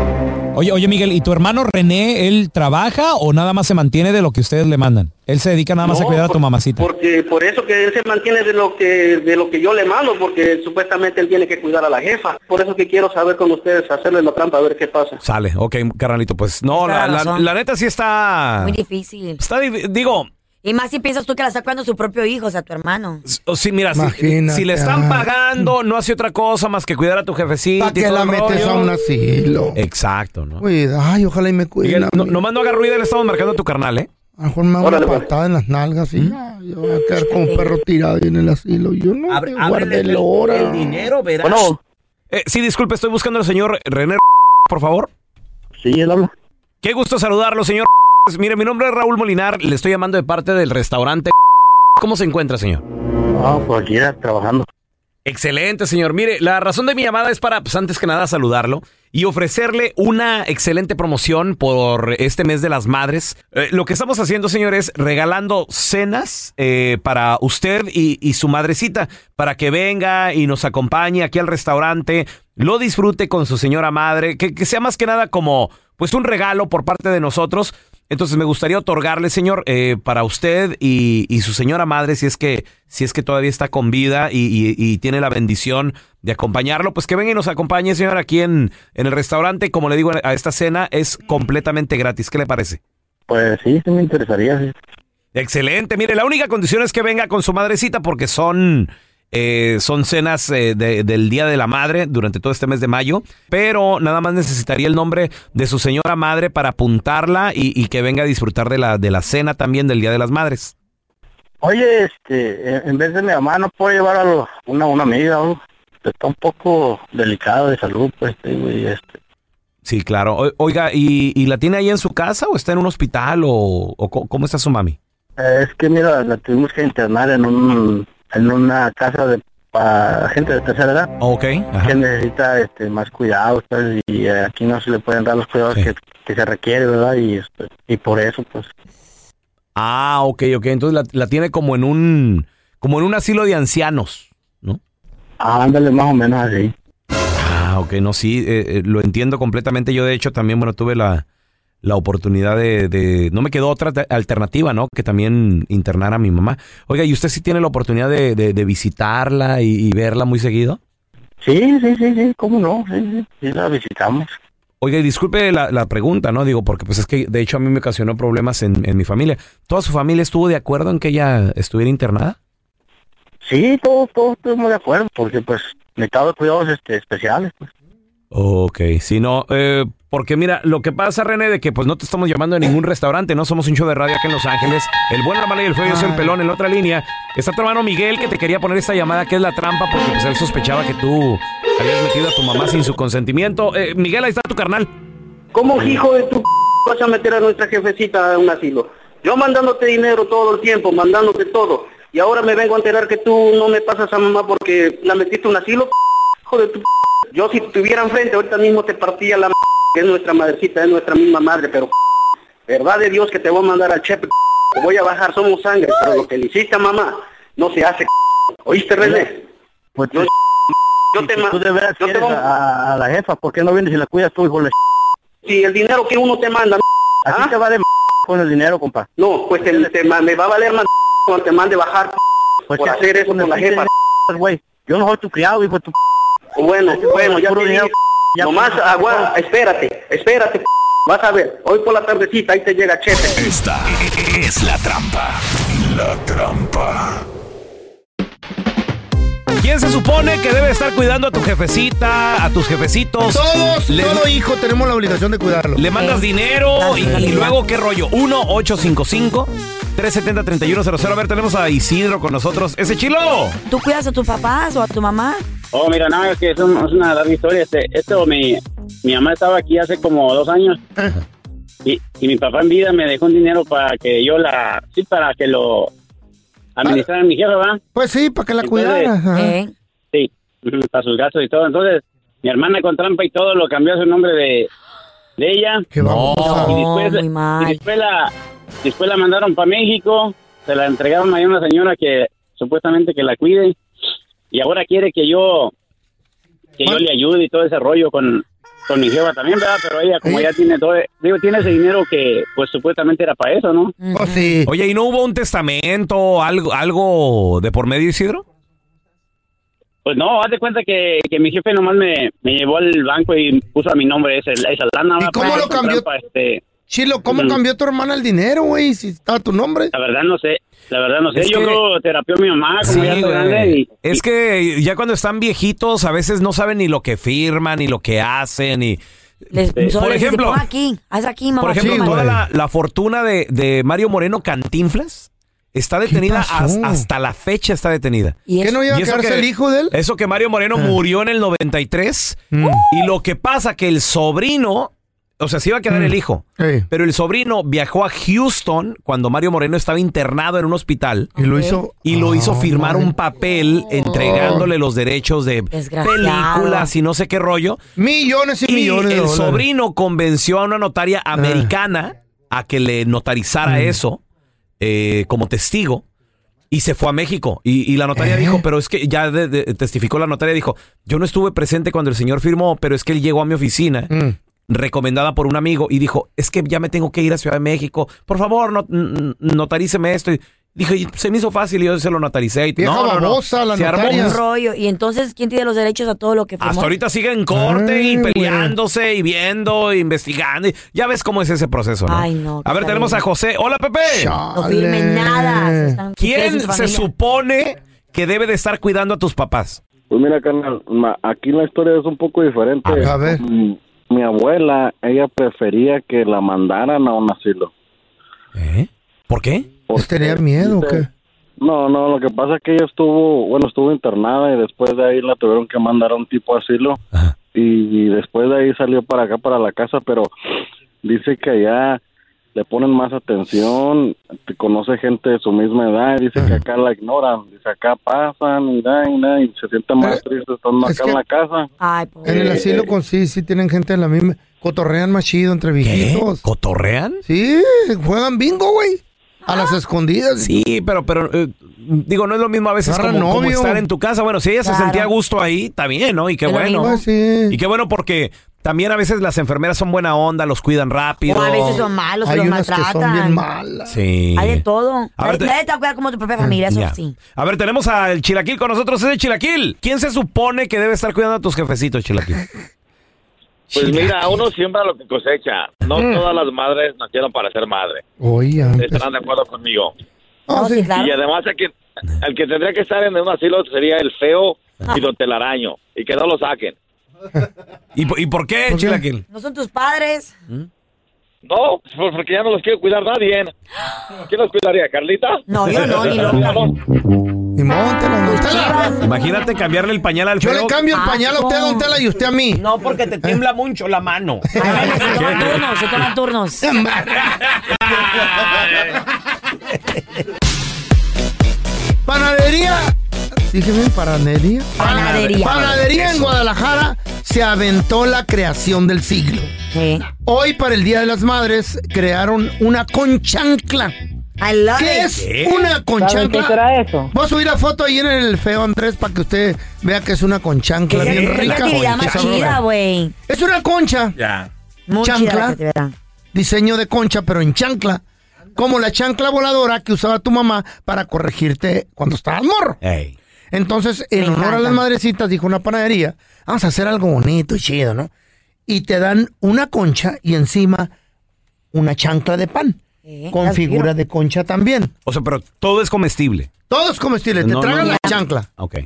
S12: Oye, oye, Miguel, ¿y tu hermano René, él trabaja o nada más se mantiene de lo que ustedes le mandan? Él se dedica nada más a
S11: No,
S12: cuidar a tu mamacita.
S11: Porque por eso que él se mantiene de lo que de lo que yo le mando, porque supuestamente él tiene que cuidar a la jefa. Por eso que quiero saber con ustedes, hacerle la trampa a ver qué pasa.
S1: Sale, ok, carnalito, pues no, la, la-
S3: razón.
S1: la neta sí está...
S3: Muy difícil.
S1: Ah. Está, digo...
S3: Y más si piensas tú que la está cuidando su propio hijo, o sea, tu hermano.
S1: O Oh, sí, mira, si-
S2: Imagínate.
S1: si le están pagando, no hace otra cosa más que cuidar a tu jefecita.
S2: ¿Para
S1: y
S2: qué
S1: todo
S2: la
S1: el
S2: metes
S1: rollo.
S2: a un asilo?
S1: Exacto, ¿no?
S2: Cuida, ay, ojalá y me cuide.
S1: Miguel, no, nomás no haga ruido, le estamos marcando a tu carnal, ¿eh?
S2: A lo mejor me hago
S1: Órale,
S2: una
S1: pues.
S2: patada en las nalgas y ya, yo voy a quedar como un perro tirado ahí en el asilo. Yo no,
S1: Abre-
S2: te
S1: ábrele
S2: guarde
S1: el-
S2: la hora.
S1: el dinero,
S10: verás.
S1: Bueno. Eh, sí, disculpe, estoy buscando al señor René, por favor.
S11: Sí, él habla.
S1: Qué gusto saludarlo, señor. Pues Mire, mi nombre es Raúl Molinar, le estoy llamando de parte del restaurante. ¿Cómo se encuentra, señor?
S11: Ah, pues aquí era trabajando.
S1: Excelente, señor. Mire, la razón de mi llamada es para, pues antes que nada, saludarlo y ofrecerle una excelente promoción por este mes de las madres. Eh, lo que estamos haciendo, señor, es regalando cenas eh, para usted y, y su madrecita, para que venga y nos acompañe aquí al restaurante, lo disfrute con su señora madre, que, que sea más que nada como, pues, un regalo por parte de nosotros. Entonces me gustaría otorgarle, señor, eh, para usted y, y su señora madre, si es que, si es que todavía está con vida y, y- y tiene la bendición de acompañarlo, pues que venga y nos acompañe, señor, aquí en, en el restaurante. Como le digo, a esta cena es completamente gratis. ¿Qué le parece?
S11: Pues sí, sí me interesaría. sí.
S1: Excelente. Mire, la única condición es que venga con su madrecita porque son, eh, son cenas eh, de- del Día de la Madre durante todo este mes de mayo. Pero nada más necesitaría el nombre de su señora madre para apuntarla y, y que venga a disfrutar de la, de la cena también del Día de las Madres.
S11: Oye, este, en- en vez de mi mamá, ¿no puedo llevar a lo- una, una amiga? o? Está un poco delicado de salud, pues, este, güey, este.
S1: Sí, claro. O- oiga, ¿y, y la tiene ahí en su casa o está en un hospital o, o co- cómo está su mami?
S11: Eh, Es que, mira, la tuvimos que internar en un, en una casa de pa- gente de tercera edad.
S1: Ok.
S11: que necesita este, más cuidados pues, y eh, aquí no se le pueden dar los cuidados que, que se requiere, ¿verdad? Y, este, y por eso, pues,
S1: Ah, ok, ok. Entonces la, la tiene como en un, como en un asilo de ancianos.
S11: Ah, ándale más o menos así.
S1: Ah, ok, no, sí, eh, eh, lo entiendo completamente. Yo, de hecho, también, bueno, tuve la, la oportunidad de, de- No me quedó otra te- alternativa, ¿no? Que también internar a mi mamá. Oiga, ¿y usted sí tiene la oportunidad de, de- de visitarla y, y verla muy seguido?
S11: Sí, sí, sí, sí, cómo no, sí, sí, sí la visitamos.
S1: Oiga, y disculpe la, la pregunta, ¿no? Digo, porque pues es que, de hecho, a mí me ocasionó problemas en, en mi familia. ¿Toda su familia estuvo de acuerdo en que ella estuviera internada?
S11: Sí, todos, todos estuvimos de acuerdo, porque pues necesitaba cuidados este, especiales, pues.
S1: Ok, si no, eh, porque mira, lo que pasa, René, de que pues no te estamos llamando de ningún restaurante, no somos un show de radio acá en Los Ángeles. El bueno, la mala y el feo, yo soy el pelón en la otra línea. Está tu hermano Miguel que te quería poner esta llamada que es la trampa porque pues él sospechaba que tú habías metido a tu mamá sin su consentimiento. Eh, Miguel, ahí está tu carnal.
S11: ¿Cómo hijo de tu p- vas a meter a nuestra jefecita a un asilo? Yo mandándote dinero todo el tiempo, mandándote todo. Y ahora me vengo a enterar que tú no me pasas a mamá porque la metiste a un asilo, p- hijo de tu p-. Yo si estuviera enfrente ahorita mismo te partía la m- que es nuestra madrecita, es nuestra misma madre, pero p- verdad de Dios que te voy a mandar al chepe, p-. te voy a bajar, somos sangre, pero lo que le hiciste a mamá no se hace, p-. ¿oíste René? yo, yo te ma- yo te voy- Pues a, la jefa, ¿por qué no vienes y la cuidas tú, hijo de si el dinero que uno te manda, ¿ah? a ti te vale m- con el dinero, compa. No, pues te, te ma- me va a valer más cuando te mande bajar por hacer eso con la jefa. Güey, yo no soy tu criado, hijo de tu. Bueno, bueno, ya te dije, Nomás, agua, espérate, espérate. p- Vas a ver, hoy por la tardecita ahí te llega Chepe.
S8: Esta es la trampa. La trampa.
S1: ¿Quién se supone que debe estar cuidando a tu jefecita, a tus jefecitos?
S2: Todos,
S1: Le-
S2: todo hijo, tenemos la obligación de cuidarlo.
S1: Le mandas dinero y, y luego qué rollo. 1-855-370-3100. A ver, tenemos a Isidro con nosotros. ¡Ese chilo!
S3: ¿Tú cuidas a tus papás o a tu mamá?
S13: Oh, mira, no, es que es, un- es una larga historia. Este, esto, mi, mi mamá estaba aquí hace como dos años y, y mi papá en vida me dejó un dinero para que yo la, sí, para que lo administrara mi jefa, ¿verdad?
S2: Pues sí, para que la
S13: Entonces,
S2: cuidaras. ajá.
S3: Eh,
S13: Sí, ujú, para sus gastos y todo. Entonces, mi hermana con trampa y todo lo cambió a su nombre de, de ella.
S2: babosa.
S13: Y después,
S2: No, muy mal.
S13: y después la, después la mandaron para México, se la entregaron ahí a una señora que supuestamente que la cuide. y ahora quiere que yo que yo le ayude y todo ese rollo con, con mi jefa también, ¿verdad? Pero ella como ya tiene todo, digo, tiene ese dinero que pues supuestamente era para eso, ¿no?
S2: Oh,
S1: Oye, ¿y no hubo un testamento, algo, algo de por medio, Isidro?
S13: Pues no, haz de cuenta que, que mi jefe nomás me, me llevó al banco y puso a mi nombre ese, esa lana. ¿Y
S2: cómo lo cambió?
S13: este,
S2: Chilo, ¿cómo
S13: Mm.
S2: cambió tu hermana el dinero, güey? Si está tu nombre.
S13: la verdad no sé, la verdad no sé.
S1: Es
S13: yo
S1: que-
S13: creo terapió a mi
S2: Ah,
S13: mamá como
S1: Sí,
S13: ya está
S1: güey.
S13: grande y
S1: es que ya cuando están viejitos a veces no saben ni lo que firman ni lo que hacen y por ejemplo,
S3: aquí, haz aquí, mamá.
S1: por ejemplo,
S3: aquí,
S1: toda
S3: mamá.
S1: la, la fortuna de, de Mario Moreno Cantinflas está detenida
S2: pasó?
S1: has- hasta la fecha está detenida.
S2: ¿Y ¿Qué eso? Ah. no iba a
S1: eso
S2: quedarse el hijo de él?
S1: Eso que Mario Moreno murió en el 93
S2: Mm.
S11: Uh,
S1: y lo que pasa que el sobrino, o sea, se iba a
S2: Mm.
S1: quedar el hijo. Pero el sobrino viajó a Houston cuando Mario Moreno estaba internado en un hospital. Y
S2: lo hizo- Ah,
S1: Y lo hizo firmar un papel entregándole los derechos de
S2: Desgraciado.
S1: películas y no sé qué rollo.
S2: Millones y,
S1: Y
S2: millones de
S1: el
S2: dólares. Ah.
S1: sobrino convenció a una notaria americana a que le notarizara
S2: Mm.
S1: eso eh, como testigo y se fue a México. Y, y la notaria
S3: Eh.
S1: dijo, pero es que ya de- de- testificó la notaria, dijo, yo no estuve presente cuando el señor firmó, pero es que él llegó a mi oficina.
S3: Mm.
S1: recomendada por un amigo y dijo, es que ya me tengo que ir a Ciudad de México, por favor, no, n- n- notaríceme esto. Y dije, "Y se me hizo fácil y yo se lo notaricé. Y,
S3: Vieja
S1: no, no, no.
S3: babosa,
S1: Se armó un
S3: Un rollo. Y entonces, ¿quién tiene los derechos a todo lo que firmó?
S1: hasta ahorita sigue en corte y
S3: Ah,
S1: peleándose y viendo, e investigando. y- Ya ves cómo es ese proceso, ¿no? Ah,
S3: Ay, no,
S1: A ver,
S3: qué
S1: tenemos a José. Hola, Pepe.
S3: No firmen nada. Están- ¿Qué
S1: ¿Quién
S3: es su
S1: se
S3: familia?
S1: supone que debe de estar cuidando a tus papás?
S14: Pues mira, carnal, ma- aquí la historia es un poco diferente.
S1: A ver.
S14: Mm, Mi abuela, ella prefería que la mandaran a un asilo.
S1: ¿Eh? ¿Por qué?
S14: Porque,
S2: ¿Tenía miedo o qué?
S14: No, no, lo que pasa es que ella estuvo, bueno, estuvo internada y después de ahí la tuvieron que mandar a un tipo de asilo. Y, y después de ahí salió para acá, para la casa, pero dice que allá le ponen más atención, te conoce gente de su misma edad, y dice que acá la ignoran, dice acá pasan y da y da, y se sienten más tristes estando
S2: es
S14: acá
S2: que- Ah.
S14: en la casa.
S3: Ay,
S2: En el asilo con sí, sí tienen gente de la misma. Cotorrean más chido entre viejitos.
S1: ¿Cotorrean?
S2: Sí, juegan bingo, güey. A las escondidas.
S1: Sí, pero, pero eh, digo, no es lo mismo a veces
S2: Agarran
S1: como, como
S2: novio.
S1: estar en tu casa. Bueno, si ella se
S2: Claro.
S1: sentía a gusto ahí, está bien, ¿no? Y qué
S2: Es lo
S1: bueno.
S2: mismo. Ah, sí.
S1: Y qué bueno porque también a veces las enfermeras son buena onda, los cuidan rápido.
S3: O a veces son malos, se
S1: Hay
S3: los
S1: unas que son
S3: maltratan.
S1: bien malas. Sí.
S3: Hay de todo.
S1: A ver,
S3: Nadie
S1: te-
S3: nadie te va a cuidar como tu propia familia, eso
S1: Ya.
S3: sí.
S1: A ver, tenemos al Chilaquil con nosotros. Es el Chilaquil. ¿Quién se supone que debe estar cuidando a tus jefecitos, Chilaquil?
S15: Pues mira, uno siembra lo que cosecha. No
S2: Mm.
S15: todas las madres nacieron para ser madre.
S2: Oye,
S15: Estarán de acuerdo conmigo.
S2: Ah, sí.
S15: Y además el que, el que tendría que estar en un asilo sería el feo y don telaraño. Y que no lo saquen.
S1: ¿Y, po- y por qué, Chilaquil?
S3: No son tus padres.
S15: No, pues porque ya no los quiero cuidar nadie. ¿Quién los cuidaría, Carlita?
S3: No, yo no, ni
S15: loca.
S1: Imagínate cambiarle el pañal al
S2: Yo
S1: feo.
S2: le cambio el pañal a usted, don Tela, y usted a mí.
S1: No, porque te tiembla mucho la mano.
S3: Se toman turnos, Ah, se toman turnos.
S2: Panadería. Dije bien, panadería.
S3: Panadería.
S2: Panadería en
S3: Eso.
S2: Guadalajara se aventó la creación del siglo. Hoy, para el Día de las Madres, crearon una conchancla. ¿Qué
S3: it.
S2: es
S3: ¿Qué?
S2: una conchancla?
S16: ¿Saben qué será eso?
S2: Voy a subir la foto ahí en el feo Andrés para que usted vea que es una conchancla
S3: Qué-
S2: bien
S3: qué
S2: rica.
S3: actividad más
S2: y sabrosa.
S3: chida, güey.
S2: Es una concha.
S5: Ya.
S3: Muy chida la
S2: chancla,
S3: actividad.
S2: diseño de concha, pero en chancla, como la chancla voladora que usaba tu mamá para corregirte cuando estabas morro. Entonces, en honor a las madrecitas, dijo una panadería, vamos a hacer algo bonito y chido, ¿no? Y te dan una concha y encima una chancla de pan, con
S1: that's
S2: figura de concha también.
S1: O sea, pero todo es comestible.
S2: Todos comestibles, te
S1: No,
S2: tragan
S1: no,
S2: la
S1: no.
S2: chancla.
S1: Ok.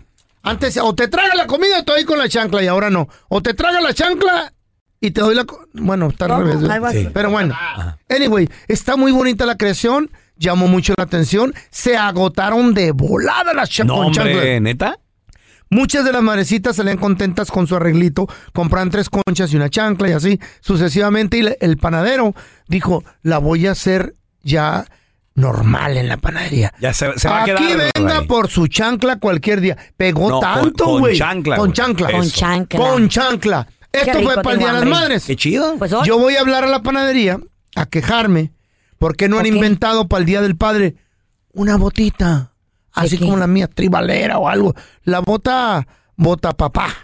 S2: Antes, o te traga la comida y te doy con la chancla, y ahora no. O te traga la chancla y te doy la. co- Bueno, está al
S1: ¿Cómo?
S2: revés. ¿verdad?
S1: Algo así. Ah. Sí.
S2: Pero bueno. Anyway, está muy bonita la creación, llamó mucho la atención. Se agotaron de volada las cha-
S1: No,
S2: con chanclas.
S1: hombre, ¿neta?
S2: Muchas de las madrecitas salían contentas con su arreglito, compran tres conchas y una chancla y así sucesivamente. Y le- el panadero dijo, la voy a hacer ya normal en la panadería.
S1: Ya se, se va a
S2: Aquí
S1: quedar.
S2: venga
S1: Ray.
S2: por su chancla cualquier día. Pegó
S1: No, con-
S2: tanto,
S1: con
S2: güey.
S1: chancla,
S2: Con
S1: güey.
S2: chancla.
S1: Con Eso. chancla.
S2: Con chancla.
S1: Qué
S2: Esto
S1: rico,
S2: fue para el
S1: tengo
S2: Día de las
S1: hambre.
S2: Madres.
S1: Qué chido. Pues hoy.
S2: Yo voy a hablar a la panadería a quejarme porque no han inventado para el Día del Padre una botita. así como la mía, tribalera o algo. La bota, bota papá.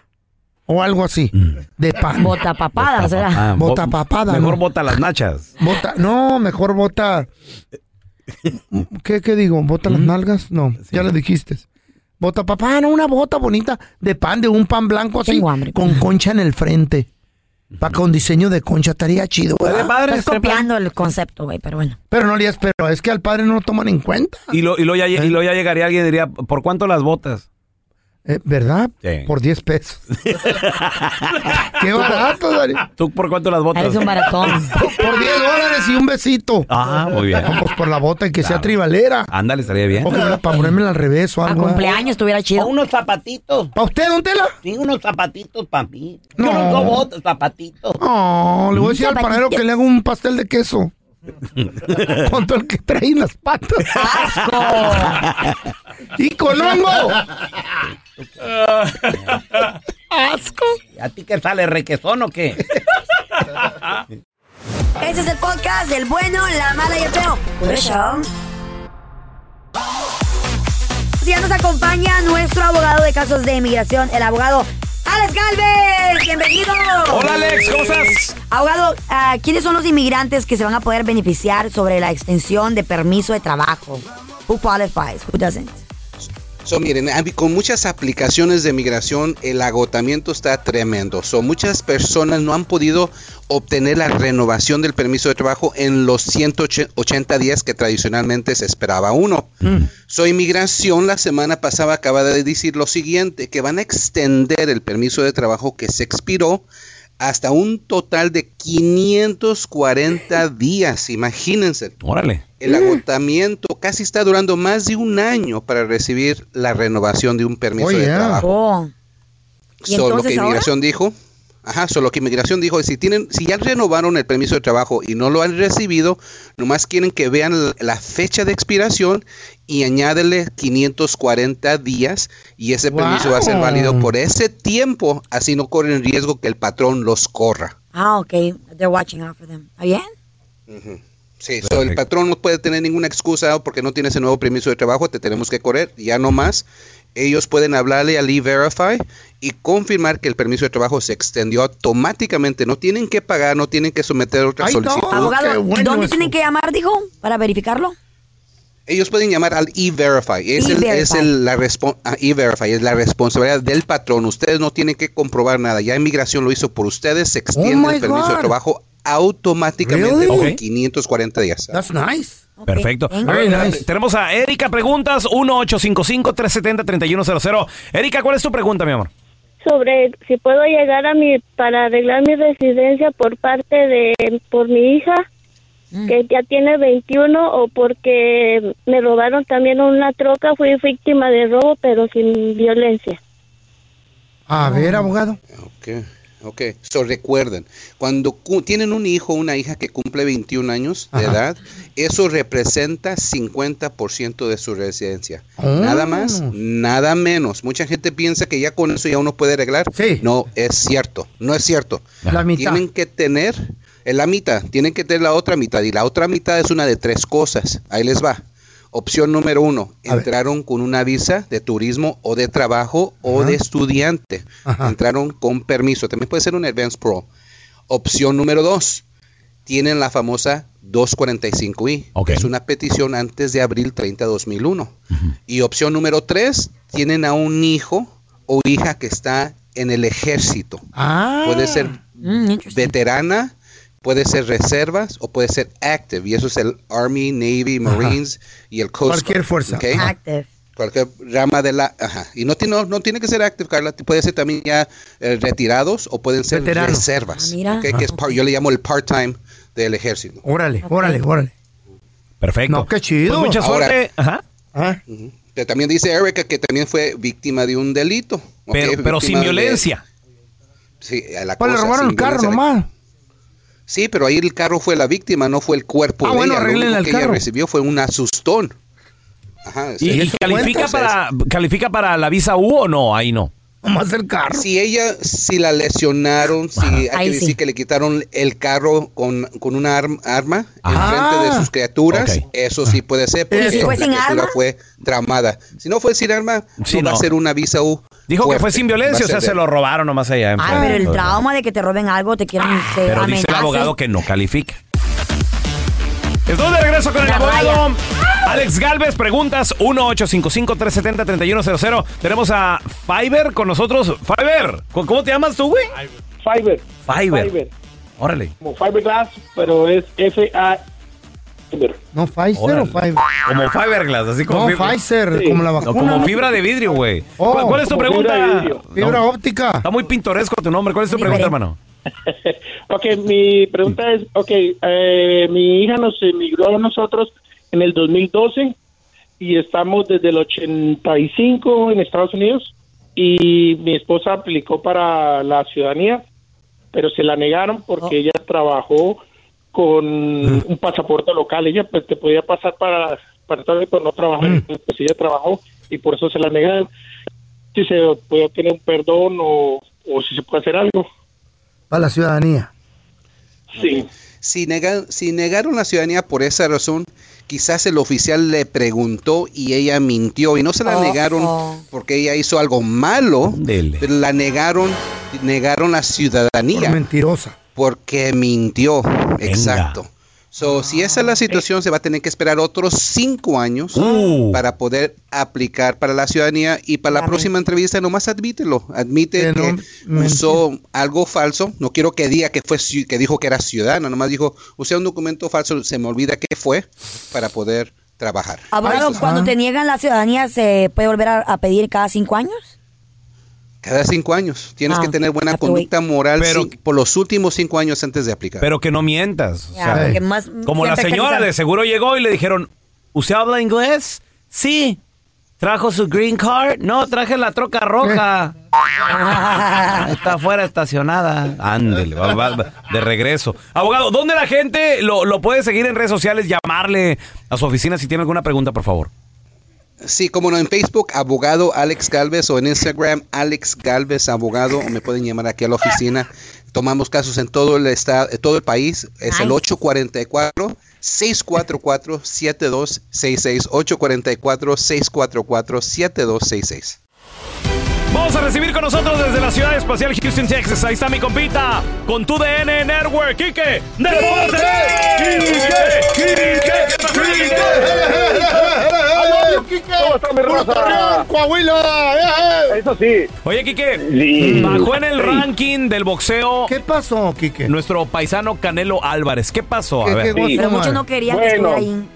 S2: O algo así,
S1: Mm.
S2: de pan.
S3: Bota papada, será.
S2: Bota papada.
S1: Mejor
S2: ¿no?
S1: bota las nachas.
S2: Bota, no, mejor bota. ¿Qué, qué digo? ¿Bota las nalgas? No, ya lo dijiste. Bota papá, no, una bota bonita de pan, de un pan blanco así, con concha en el frente. Pa, con diseño de concha, estaría chido. ¿verdad?
S3: Estás copiando el concepto, güey, pero bueno.
S2: Pero no le pero es que al padre no lo toman en cuenta.
S1: Y lo, y lo ya, y lo ya llegaría alguien y diría, ¿por cuánto las botas?
S2: Eh, ¿Verdad? Por 10 pesos. Qué barato, Dari.
S1: ¿Tú por cuánto las botas?
S2: Eres un maratón. Por 10 dólares y un besito.
S1: Ah, muy bien.
S2: Pues por la bota y que sea tribalera.
S1: Ándale, estaría bien.
S2: O que para ponérmela al revés o algo. ¿eh?
S3: estuviera
S10: chido. unos zapatitos.
S2: ¿Para usted, don Tela?
S10: Sí, unos zapatitos para mí. No. Yo no botas, zapatitos.
S2: No, Ah, le voy a decir al panero que le haga un pastel de queso. Con todo el que trae en las patas. ¡Asco! ¡Y con hongo!
S10: ¡Asco! ¿A ti qué sale, requesón o qué?
S3: Ese Este es el podcast del bueno, la mala y el feo. Por eso. Si ya nos acompaña nuestro abogado de casos de inmigración, el abogado Alex Galvez. Bienvenido.
S1: Hola, Alex, ¿cómo estás?
S3: Abogado, ah, ¿quiénes son los inmigrantes que se van a poder beneficiar sobre la extensión de permiso de trabajo? Who qualifies? Who doesn't?
S16: So, miren, hab- con muchas aplicaciones de migración el agotamiento está tremendo. So, muchas personas no han podido obtener la renovación del permiso de trabajo en los 180 días que tradicionalmente se esperaba uno. So, inmigración la semana pasada acaba de decir lo siguiente, que van a extender el permiso de trabajo que se expiró hasta un total de 540 días, imagínense.
S1: Órale.
S16: El agotamiento casi está durando más de un año para recibir la renovación de un permiso
S3: Oh,
S16: de
S3: yeah.
S16: trabajo.
S3: Oh. ¿Y
S16: Solo lo que
S3: entonces ahora?
S16: inmigración dijo, ajá, solo lo que inmigración dijo, es si tienen, si ya renovaron el permiso de trabajo y no lo han recibido, nomás quieren que vean l- la fecha de expiración y añádele 540 días y ese permiso va a ser
S3: Wow.
S16: válido por ese tiempo, así no corren riesgo que el patrón los corra.
S3: Ah, ok. They're watching out for them. ¿Está bien?
S16: Ujú. Sí, so el patrón no puede tener ninguna excusa porque no tiene ese nuevo permiso de trabajo, te tenemos que correr, ya no más. Ellos pueden hablarle al E-Verify y confirmar que el permiso de trabajo se extendió automáticamente. No tienen que pagar, no tienen que someter otra solicitud.
S3: Abogado, ¿dónde tienen que llamar, dijo? Para verificarlo.
S16: Ellos pueden llamar al E-Verify. Es, el- es
S3: E-Verify.
S16: el- la respon- ah, E-Verify, es la responsabilidad del patrón. Ustedes no tienen que comprobar nada. Ya Inmigración lo hizo por ustedes. Se extiende
S3: Oh
S2: my
S16: el permiso
S2: God.
S16: de trabajo automáticamente
S1: Really?
S16: por
S1: Ok.
S16: 540 días.
S2: That's nice.
S1: Perfecto.
S16: thank
S1: A ver,
S16: you.
S1: te- Tenemos a Erika Preguntas, 1-855-370-3100. Erika, ¿cuál es tu pregunta, mi amor?
S17: sobre si puedo llegar a mi para arreglar mi residencia por parte de por mi hija que ya tiene 21 o porque me robaron también una troca, fui víctima de robo pero sin violencia.
S2: A ver, abogado.
S16: Ok, ok. So, recuerden, cuando cu- tienen un hijo o una hija que cumple 21 años de
S18: Ajá.
S16: edad, eso representa 50% de su residencia. Nada más, nada menos. Mucha gente piensa que ya con eso ya uno puede arreglar. No es cierto, no es cierto.
S2: La mitad.
S16: Tienen que tener eh, la mitad, tienen que tener la otra mitad. Y la otra mitad es una de tres cosas. Ahí les va. Opción número uno, entraron con una visa de turismo o de trabajo o
S18: Ajá.
S16: de estudiante. Entraron con permiso. También puede ser un Advance Pro. Opción número dos, tienen la famosa 245i. que Es una petición antes de abril 30 2001. Y opción número tres, tienen a un hijo o hija que está en el ejército.
S2: Ah.
S16: Puede ser
S2: Mm,
S16: veterana, puede ser reservas o puede ser active. Y eso es el Army, Navy, Marines y el Coast
S2: Cualquier
S16: Guard,
S2: fuerza.
S16: ¿ok?
S3: Active.
S16: Cualquier rama de la... Ajá. Y no, tiene- no, no tiene que ser active, Carla. Puede ser también ya eh, retirados o pueden ser
S2: Veterano.
S16: reservas.
S2: Ah, mira.
S16: ¿ok? Que es par- yo le llamo el part-time del ejército.
S2: Órale, órale, órale.
S1: Perfecto.
S2: No, qué chido.
S16: Pues mucha suerte.
S1: Ajá.
S16: Ujú. Pero también dice Erika que también fue víctima de un delito. ¿ok?
S1: Pero, pero sin
S16: Víctima de-
S1: violencia.
S16: Sí, a la
S2: Pues le
S16: cosa,
S2: robaron
S16: sin
S2: el carro
S16: violencia.
S2: nomás.
S16: Sí, pero ahí el carro fue la víctima, no fue el cuerpo
S2: Ah,
S16: de
S2: bueno,
S16: ella. Lo
S2: arreglen
S16: único
S2: el
S16: que
S2: carro.
S16: ella recibió fue un asustón. Ajá,
S1: ¿Y,
S16: sí.
S1: y califica,
S16: Entonces,
S1: para, califica para la visa U o no? Ahí no.
S2: Nomás el carro.
S16: Si ella, si la lesionaron, si hay
S2: Ahí
S16: que decir
S2: sí.
S16: que le quitaron el carro con, con una arm- arma
S2: Ah.
S16: enfrente de sus criaturas,
S1: Ok.
S16: eso sí puede ser.
S1: Pero si
S16: porque
S1: fue
S16: la
S1: sin
S16: criatura
S1: arma.
S16: fue tramada. Si no fue sin arma,
S1: Sí,
S16: no, va
S1: no.
S16: a ser una visa U.
S1: Dijo que
S16: fuerte.
S1: fue sin
S16: Va a
S1: violencia, o sea,
S16: ser
S1: se
S16: de-
S1: lo robaron nomás allá.
S3: Ay,
S1: enfrente.
S3: Ah, pero el trauma de que te roben algo, te quieran
S16: Ah.
S3: te
S1: Pero dice el
S3: amenacen.
S1: abogado que no califica. Estoy de regreso con el
S3: La
S1: abogado. Alex Galvez, preguntas 1-855-370-3100. Tenemos a Fiverr con nosotros. Fiverr, ¿cu- ¿cómo te llamas tú, güey?
S18: Fiverr.
S1: Fiverr.
S18: Fiverr.
S1: Órale.
S18: Como fiberglass, pero es F-A...
S2: No, Pfizer
S1: Órale.
S2: o Pfizer.
S1: Como Fiberglass, así como
S2: No,
S1: fibra.
S2: Pfizer, Sí. como la vacuna.
S1: como fibra de vidrio, güey.
S2: Oh,
S1: ¿Cuál, cuál es tu
S2: como fibra de
S1: pregunta?
S2: vidrio. Fibra óptica.
S1: Está muy pintoresco tu nombre. ¿Cuál es tu
S3: eh.
S1: pregunta, hermano?
S18: Ok, mi pregunta es, ok, eh, mi hija nos emigró a nosotros en el 2012 y estamos desde el 85 en Estados Unidos y mi esposa aplicó para la ciudadanía, pero se la negaron porque ella trabajó con un pasaporte local, ella pues te podía pasar para para todo pero no trabajar, pues ella trabajó y por eso se la negaron. Si se puede obtener un perdón o, o si se puede hacer algo.
S2: Para la ciudadanía.
S18: Sí.
S16: Si, nega- si negaron la ciudadanía por esa razón, quizás el oficial le preguntó y ella mintió y no se la
S19: Oh,
S16: negaron porque ella hizo algo malo, pero la negaron, negaron la ciudadanía.
S2: mentirosa.
S16: Porque mintió, exacto. So, si esa es la situación, se va a tener que esperar otros cinco años para poder aplicar para la ciudadanía y para la próxima entrevista nomás admítelo, admite que usó algo falso, no quiero que diga que fue ci- que dijo que era ciudadano, nomás dijo usé un documento falso, se me olvida que fue para poder trabajar.
S3: Abogado, cuando te niegan la ciudadanía, ¿se puede volver a, a pedir cada cinco años?
S16: Cada cinco años tienes
S3: Ah,
S16: que tener buena
S3: ok.
S16: conducta moral
S1: Pero-
S16: cin- por los últimos cinco años antes de aplicar.
S1: Pero que no mientas. o
S3: Ya,
S1: sea,
S3: Ah, porque más-
S1: como la
S3: siempre
S1: señora
S3: casi-
S1: de seguro llegó y le dijeron, ¿usted habla inglés? Sí. ¿Trajo su green card? No, traje la troca roja. Está afuera estacionada. Ándele, va- va- va de regreso. Abogado, ¿dónde la gente lo, lo puede seguir en redes sociales? Llamarle a su oficina si tiene alguna pregunta, por favor.
S16: Sí, como no, en Facebook, abogado Alex Galvez o en Instagram, Alex Galvez Abogado, o me pueden llamar aquí a la oficina. Tomamos casos en todo el estado, en todo el país. Es el
S3: Nice.
S16: 844 644 7266 844 644 7266.
S1: Vamos a recibir con nosotros desde la ciudad espacial Houston, Texas. Ahí está mi compita con tu DN Network, Quique. ¡Deporte!
S2: ¿Cómo está mi raza? Coahuila.
S1: Eso sí. Oye, Quique,
S2: Sí.
S1: bajó en el
S2: Sí.
S1: ranking del boxeo. ¿Qué
S2: pasó, Quique?
S1: Nuestro paisano Canelo Álvarez. ¿Qué pasó? A
S2: ¿Qué-
S1: ver.
S2: qué Sí.
S3: Pero muchos no querían que
S18: Bueno.
S3: estuviera ahí.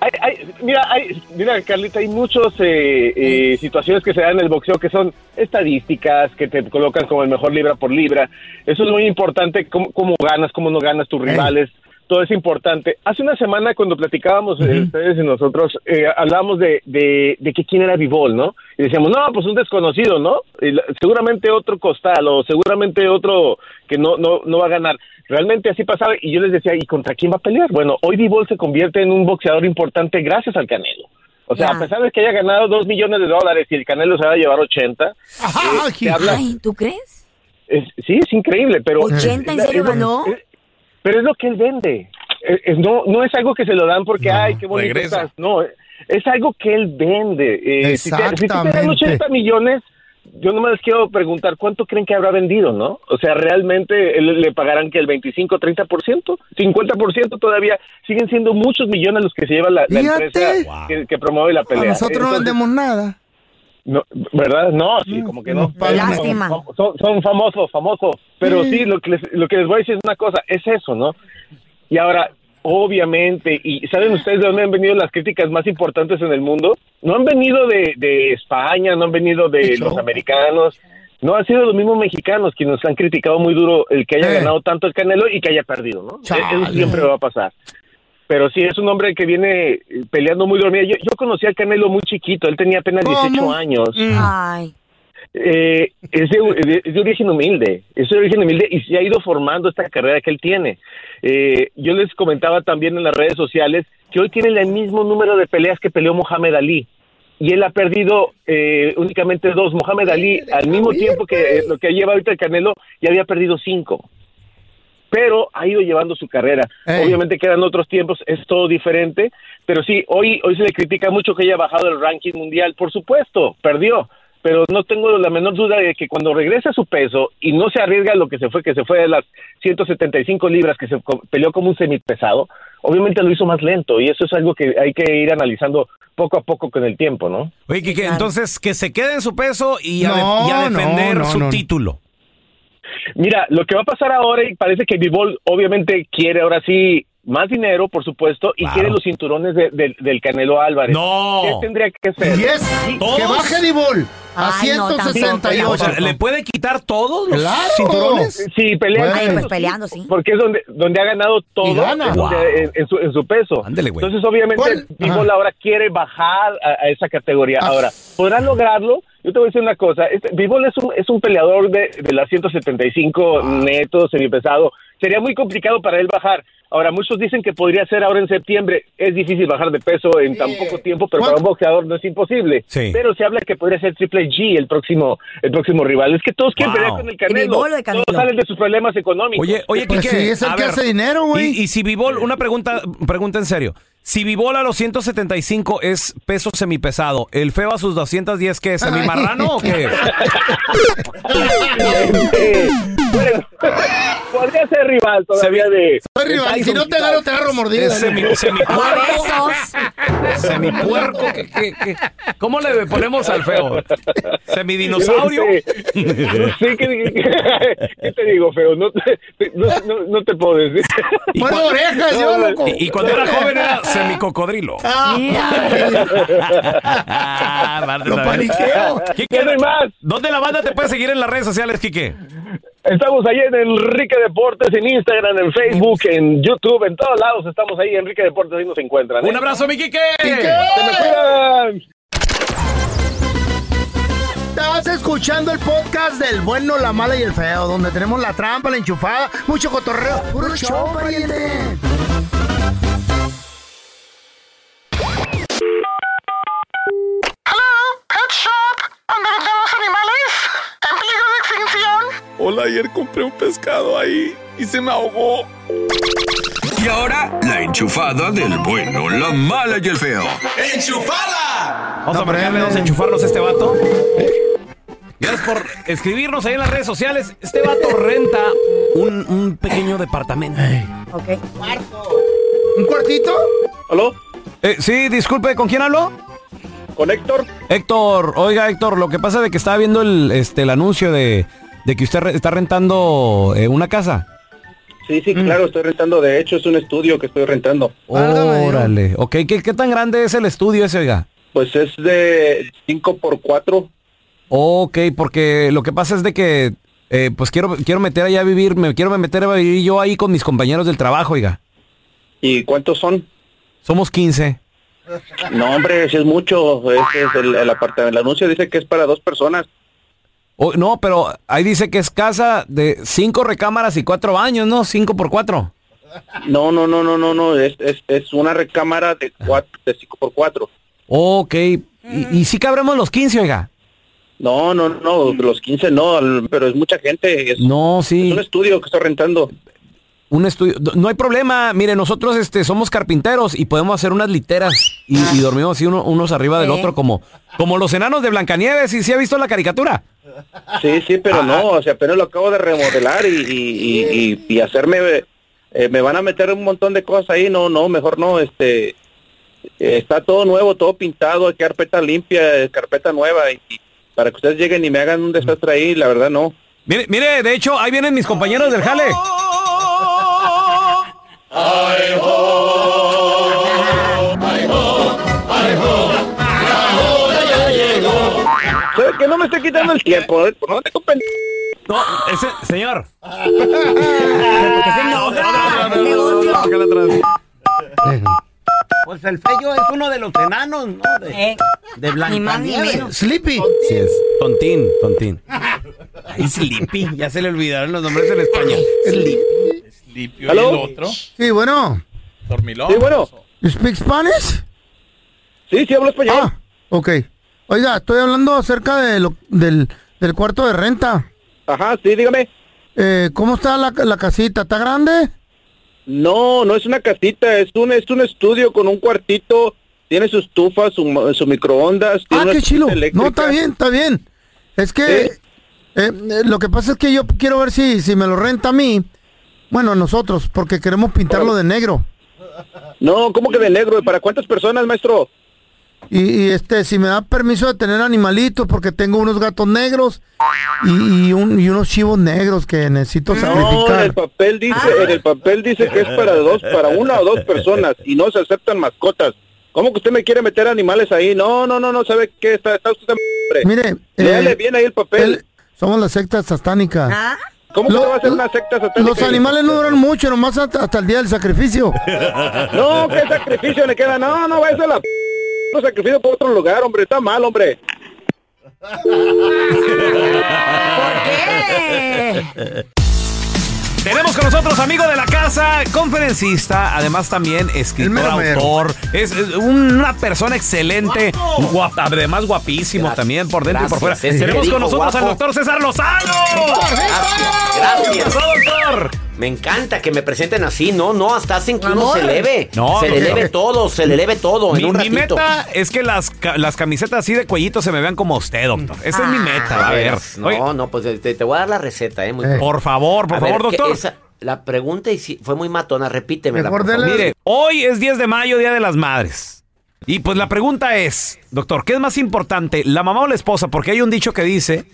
S18: Hay, hay- mira, hay, mira, Carlita, hay muchas situaciones que se dan en el boxeo que son estadísticas, que te colocan como el mejor libra por libra. Eso es muy importante, cómo, cómo ganas, cómo no ganas tus rivales. Todo es importante. Hace una semana cuando platicábamos eh, ustedes y nosotros, eh, hablábamos de, de, de que quién era Vivol, ¿no? Y decíamos, no, pues un desconocido, ¿no? Y la- seguramente otro Costal o seguramente otro que no, no, no va a ganar. Realmente así pasaba y yo les decía, ¿y contra quién va a pelear? Bueno, hoy Vivol se convierte en un boxeador importante gracias al Canelo. O sea, a pesar de que haya ganado dos millones de dólares y el Canelo se va a llevar 80, eh, te habla-
S3: Ay, ¿tú crees?
S18: es- sí, es increíble, pero...
S3: 80
S18: es
S3: en
S18: la-
S3: serio
S18: es lo-
S3: ganó.
S18: es- pero es lo que él vende. Eh, eh, no, no es algo que se lo dan porque, ay, qué bonito
S1: regresa.
S18: estás". No, es algo que él vende. Eh, si te- Si te, dan
S1: Exactamente.
S18: 80 millones, yo nomás les quiero preguntar, ¿cuánto creen que habrá vendido, no? O sea, ¿realmente eh, le, le pagarán que el 25, 30%? 50% todavía. Siguen siendo muchos millones los que se lleva la, la
S2: Fíjate.
S18: empresa que, que promueve la
S2: A
S18: pelea.
S2: nosotros no
S18: Entonces,
S2: vendemos nada.
S18: no, ¿Verdad? No, sí, como que no. Pero
S2: Lástima.
S18: Son, son- son famosos, famosos. Pero
S2: Mm.
S18: sí, lo que, les, lo que les voy a decir es una cosa, es eso, ¿no? Y ahora, obviamente, y ¿saben ustedes de dónde han venido las críticas más importantes en el mundo? No han venido de, de España, no han venido de los americanos. No han sido los mismos mexicanos quienes han criticado muy duro el que haya ganado tanto el Canelo y que haya perdido, ¿no? E-, Eso siempre va a pasar pero sí es un hombre que viene eh, peleando muy dormido. Yo, yo conocí al Canelo muy chiquito, él tenía apenas 18 años.
S3: Mm.
S1: Mm.
S3: Ay.
S18: Eh, es, de, de- es de origen humilde, es de origen humilde y se ha ido formando esta carrera que él tiene. Eh, yo les comentaba también en las redes sociales que hoy tiene el mismo número de peleas que peleó Mohamed Ali. y él ha perdido eh, únicamente dos. Mohamed Ali, al mismo tiempo que eh, lo que lleva ahorita el Canelo, ya había perdido cinco. Pero ha ido llevando su carrera. Obviamente quedan otros tiempos, es todo diferente. Pero sí, hoy, hoy se le critica mucho que haya bajado el ranking mundial. Por supuesto, perdió. Pero no tengo la menor duda de que cuando regrese a su peso y no se arriesga a lo que se fue, que se fue de las 175 libras, que se co- peleó como un semipesado, obviamente lo hizo más lento. Y eso es algo que hay que ir analizando poco a poco con el tiempo, ¿no?
S1: Oye, Quique, entonces que se quede en su peso y a, de-
S18: No,
S1: y a defender
S18: no, no,
S1: su
S18: no.
S1: título.
S18: Mira, lo que va a pasar ahora, y parece que Bivol obviamente quiere ahora sí más dinero, por supuesto, y quiere los cinturones de- del- del Canelo Álvarez.
S1: No.
S18: ¿Qué tendría que ser?
S2: Y es que baje Dibol a
S18: Ay, no, tampoco,
S2: 168.
S18: tampoco.
S1: O sea, ¿Le puede quitar todos los
S18: Claro.
S1: cinturones?
S18: Sí, peleando.
S1: Ay, pues,
S3: peleando, sí.
S18: Porque es donde, donde ha ganado todo
S1: Y gana.
S18: es donde-
S1: Wow.
S18: en, en su, en su peso.
S1: güey.
S18: Entonces, obviamente, Bivol ahora quiere bajar a, a esa categoría.
S1: Ah.
S18: Ahora, ¿podrá lograrlo? Yo te voy a decir una cosa. Este, Bivol es un, es un peleador de, de las 175
S1: Ah.
S18: netos, semipesado. Sería muy complicado para él bajar. Ahora, muchos dicen que podría ser ahora en septiembre. Es difícil bajar de peso en tan poco tiempo, pero para un boxeador no es imposible.
S1: Sí.
S18: Pero se habla que podría ser Triple G el próximo, el próximo rival. Es que todos quieren
S1: Wow.
S18: pelear con el
S1: El
S18: Canelo.
S1: Bivol o el Canelo. Pues
S18: Todos salen de sus problemas económicos.
S1: Oye, oye,
S18: Pues
S1: Quique, a ver, Y, y si Vivol, una pregunta, pregunta en serio. Si Vivol a los 175 es peso semipesado, ¿el feo a sus 210 qué es? ¿Semimarrano o qué es?
S18: Podría ser rival todavía de.
S2: Soy rival, y si no te agarro, te agarro mordida.
S1: Es semi- semipuerco. ¿Semipuerco? ¿Qué- qué- qué? ¿Cómo le ponemos al feo? ¿Semidinosaurio?
S18: Sí, que, ¿qué te digo, feo? No te, no, no- no te puedo decir.
S1: Bueno,
S2: orejas, yo, loco.
S1: Y, y cuando era joven era semicocodrilo. Lo
S18: paniqueo.
S1: ¿Dónde la banda te puede seguir en las redes sociales, Quique?
S18: Estamos ahí en Enrique Deportes, en Instagram, en Facebook, en YouTube, en todos lados estamos ahí, Enrique Deportes, ahí nos encuentran. ¿eh?
S1: Un abrazo, mi Quique.
S18: ¡Se me cuidan!
S2: Estás escuchando el podcast del bueno, la mala y el feo, donde tenemos la trampa, la enchufada, mucho cotorreo. ¡Puro show, pariente!
S5: Hola, ayer compré un pescado ahí y se me ahogó.
S8: Y ahora, la enchufada del bueno, la mala y el feo.
S1: Vamos a marcarle, vamos a enchufarnos a este vato.
S2: ¿Eh?
S1: Gracias por escribirnos ahí en las redes sociales. Este vato renta un, un pequeño departamento.
S3: Ok.
S2: ¿Un cuartito?
S1: ¿Aló? Eh, sí, disculpe, ¿con quién hablo?
S18: Con Héctor.
S1: Héctor, oiga Héctor, lo que pasa es de que estaba viendo el, este, el anuncio de, de que usted re- está rentando eh, una casa.
S19: Sí, sí,
S1: Mm.
S19: claro, estoy rentando. De hecho, es un estudio que estoy rentando.
S1: Órale, ok, ¿Qué, ¿qué tan grande es el estudio ese, oiga?
S19: Pues es de 5 por 4
S1: Ok, porque lo que pasa es de que, eh, pues quiero, quiero meter allá a vivir, me quiero meter a vivir yo ahí con mis compañeros del trabajo, oiga.
S19: ¿Y cuántos son?
S1: Somos 15.
S19: No, hombre, si es mucho. Este es el, el apartamento. El anuncio dice que es para dos personas.
S1: O- Oh, no, pero ahí dice que es casa de cinco recámaras y cuatro baños, ¿no? Cinco por cuatro.
S19: No, no, no, no, no, no. Es, es, es una recámara de cuatro, de 5 por 4
S1: Ok. ¿Y, y sí cabremos los 15, oiga?
S19: No, no, no, los 15 no, al- pero es mucha gente. Es,
S1: no, sí.
S19: Es un estudio que estoy rentando.
S1: Un estudio. d- No hay problema. Mire, nosotros este, somos carpinteros y podemos hacer unas literas y, y dormimos así uno- unos arriba del
S19: Sí.
S1: otro como, como los enanos de Blancanieves. ¿Y si ha visto la caricatura?
S19: Sí, sí, pero no, o sea, apenas lo acabo de remodelar y, y, y- y- y hacerme, eh, me van a meter un montón de cosas ahí, no, no, mejor no, este, eh, está todo nuevo, todo pintado, hay carpeta limpia, eh, carpeta nueva, y, y para que ustedes lleguen y me hagan un desastre ahí, la verdad no.
S1: Mire, mire, de hecho, ahí vienen mis compañeros del jale.
S19: ¿Sabe que no me estoy quitando el tiempo? eh? No, te compen-
S1: No, ese, señor.
S10: Pues el fello es uno de los enanos, ¿no? De,
S1: Eh,
S10: de Blancanieves.
S1: Sleepy. Sí, es. Tontín, tontín. Ay, Sleepy. Ya se le olvidaron los nombres en español. Sleepy.
S5: Sleepy.
S1: ¿Aló?
S5: ¿Y el otro?
S2: Sí, bueno.
S5: Dormilón.
S2: ¿You speak Spanish?
S19: Sí, sí hablo español.
S2: Ah, Ok. Oiga, estoy hablando acerca de lo- del, del cuarto de renta. Eh,
S19: Ajá, sí, dígame.
S2: ¿Cómo está la, la casita? ¿Está grande?
S19: No, no es una casita, es un es un estudio con un cuartito, tiene su estufa, su, ma- su microondas, tiene
S2: Ah,
S19: una
S2: qué
S19: estufa
S2: chilo. No,
S19: eléctrica.
S2: está bien, está bien. Es que eh, eh, lo que pasa es que yo quiero ver si, si me lo renta a mí. Bueno, a nosotros, porque queremos pintarlo de negro.
S19: No, ¿cómo que de negro? ¿Y para cuántas personas, maestro?
S2: Y, y, este, si me da permiso de tener animalitos, porque tengo unos gatos negros y, y un- y unos chivos negros que necesito
S19: No, en
S2: sacrificar.
S19: el papel dice, en el papel dice que es para dos, para una o dos personas y no se aceptan mascotas. ¿Cómo que usted me quiere meter animales ahí? No, no, no, no sabe qué está, está usted hombre.
S2: Mire,
S19: léale
S2: eh,
S19: bien ahí el papel.
S2: Somos la secta satánica.
S19: ¿Cómo
S2: Lo-
S19: que va a ser una secta satánica?
S2: Los animales no duran mucho, nomás hasta, hasta el día del sacrificio.
S19: No, qué sacrificio le queda. No, no, váyase a la p... No sacrificio por otro lugar, hombre. Está mal, hombre.
S1: Tenemos con nosotros amigo de la casa, conferencista, además también escritor,
S12: mero mero.
S1: autor. Es, es una persona excelente, guapa, además guapísimo también por dentro y por fuera.
S12: Gracias, es que
S1: Tenemos
S12: dijo
S1: con nosotros al
S12: guapo.
S1: doctor César Lozano.
S10: Gracias.
S1: doctor?
S10: Me encanta que me presenten así, no, no, hasta hacen que uno
S1: Amor.
S10: se eleve.
S1: No,
S10: se le
S1: no, no.
S10: eleve todo, se le eleve todo
S1: Mi,
S10: en un
S1: mi
S10: ratito.
S1: meta es que las, ca- las camisetas así de cuellito se me vean como usted, doctor. Esa
S10: Ah,
S1: es mi meta, a ver.
S10: No, no, pues te, te voy a dar la receta, eh. muy-
S1: Por favor, por
S10: A
S1: favor,
S10: ver, que
S1: doctor.
S10: esa- la pregunta y si- fue muy matona, repítemela. por favor.
S1: Mire, hoy es 10 de mayo, Día de las Madres. Y pues la pregunta es, doctor, ¿qué es más importante, la mamá o la esposa? Porque hay un dicho que dice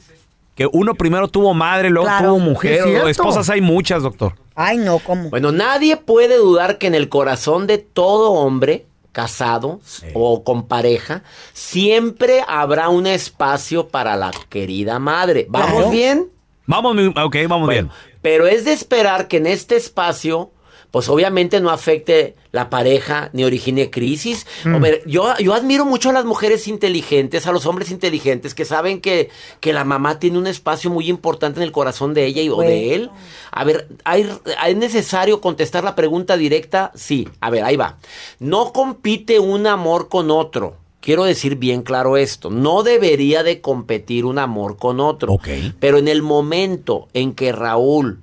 S1: que uno primero tuvo madre, luego
S10: Claro,
S1: tuvo mujer.
S10: es cierto.
S1: o esposas hay muchas, doctor.
S10: Ay, no, ¿cómo? Bueno, nadie puede dudar que en el corazón de todo hombre, casado o con pareja, siempre habrá un espacio para la querida madre. ¿Vamos bien?
S1: Vamos, ok, vamos
S10: bien. Pero es de esperar que en este espacio, pues obviamente no afecte la pareja ni origine crisis.
S20: Mm.
S10: Hombre, yo, yo admiro mucho a las mujeres inteligentes, a los hombres inteligentes que saben que, que la mamá tiene un espacio muy importante en el corazón de ella y, o de él. A ver, ¿hay, ¿es necesario contestar la pregunta directa? Sí. A ver, ahí va. No compite un amor con otro. Quiero decir bien claro esto. No debería de competir un amor con otro. Pero en el momento en que Raúl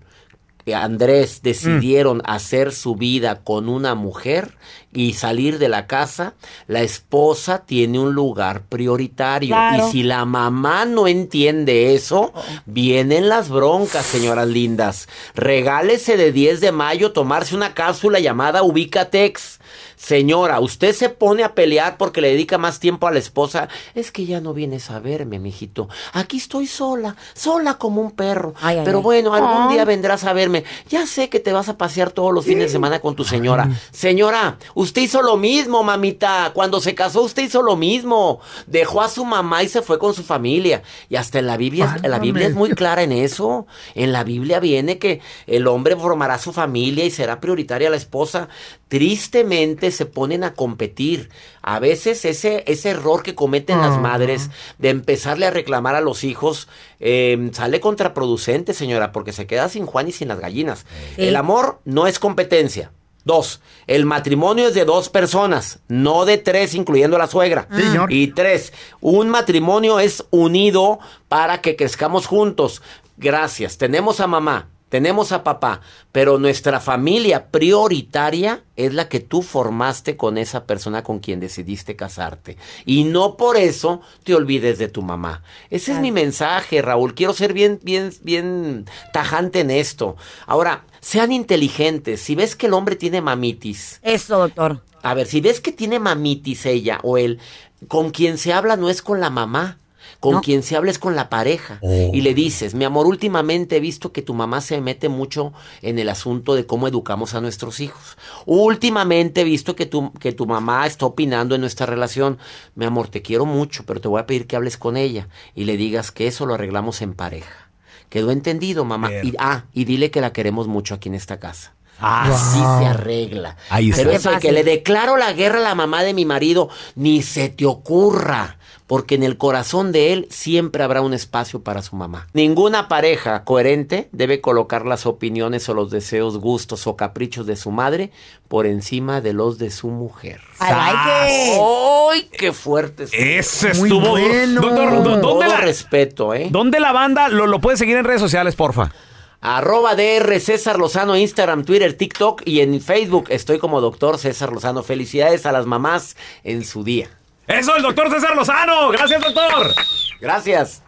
S10: que Andrés decidieron hacer su vida con una mujer y salir de la casa, la esposa tiene un lugar prioritario.
S20: Claro. Oh.
S10: Y si la mamá no entiende eso, vienen las broncas, señoras lindas. Regálese de 10 de mayo tomarse una cápsula llamada Ubicatex. Señora, usted se pone a pelear porque le dedica más tiempo a la esposa. Es que ya no vienes a verme, mijito. Aquí estoy sola, sola como un perro. Pero
S20: ay.
S10: bueno, algún
S20: Ay.
S10: día vendrás a verme. Ya sé que te vas a pasear todos los fines de semana con tu señora. Señora, usted hizo lo mismo, mamita. Cuando se casó, usted hizo lo mismo. Dejó a su mamá y se fue con su familia. Y hasta en la Biblia, en la Biblia es muy clara en eso. En la Biblia viene que el hombre formará su familia y será prioritaria la esposa. Tristemente se ponen a competir. A veces ese, ese error que cometen las
S20: Ah.
S10: madres de empezarle a reclamar a los hijos eh, sale contraproducente, señora, porque se queda sin Juan y sin las gallinas.
S20: Sí.
S10: El amor no es competencia. Dos, el matrimonio es de dos personas, no de tres, incluyendo la suegra. Y tres, un matrimonio es unido para que crezcamos juntos. Gracias, tenemos a mamá, tenemos a papá, pero nuestra familia prioritaria es la que tú formaste con esa persona con quien decidiste casarte. Y no por eso te olvides de tu mamá. Ese es mi mensaje, Raúl. Quiero ser bien, bien, bien tajante en esto. Ahora, sean inteligentes. Si ves que el hombre tiene mamitis.
S3: Eso, doctor.
S10: A ver, si ves que tiene mamitis ella o él, con quien se habla no es con la mamá. Con quien se habla es con la pareja. Y le dices, mi amor, últimamente he visto que tu mamá se mete mucho en el asunto de cómo educamos a nuestros hijos. Últimamente he visto que tu, que tu mamá está opinando en nuestra relación. Mi amor, te quiero mucho, pero te voy a pedir que hables con ella y le digas que eso lo arreglamos en pareja. Quedó entendido, mamá. Y, ah, y dile que la queremos mucho aquí en esta casa. Así
S20: Wow.
S10: se arregla.
S20: Ah, Ahí
S10: Pero
S20: está.
S10: eso de
S20: Qué
S10: que
S20: fácil.
S10: le declaro la guerra a la mamá de mi marido, ni se te ocurra. porque en el corazón de él siempre habrá un espacio para su mamá. Ninguna pareja coherente debe colocar las opiniones o los deseos, gustos o caprichos de su madre por encima de los de su mujer.
S3: I like it.
S10: ¡Ay, qué fuerte!
S1: Ese estuvo. Doctor, ¿dó-
S10: Todo
S1: ¿dónde, la,
S10: respeto, ¿eh?
S1: ¿Dónde la banda lo, lo puede seguir en redes sociales, porfa?
S10: Arroba DR César Lozano, Instagram, Twitter, TikTok y en Facebook estoy como doctor César Lozano. Felicidades a las mamás en su día.
S1: Eso, el doctor César Lozano. Gracias, doctor.
S10: Gracias.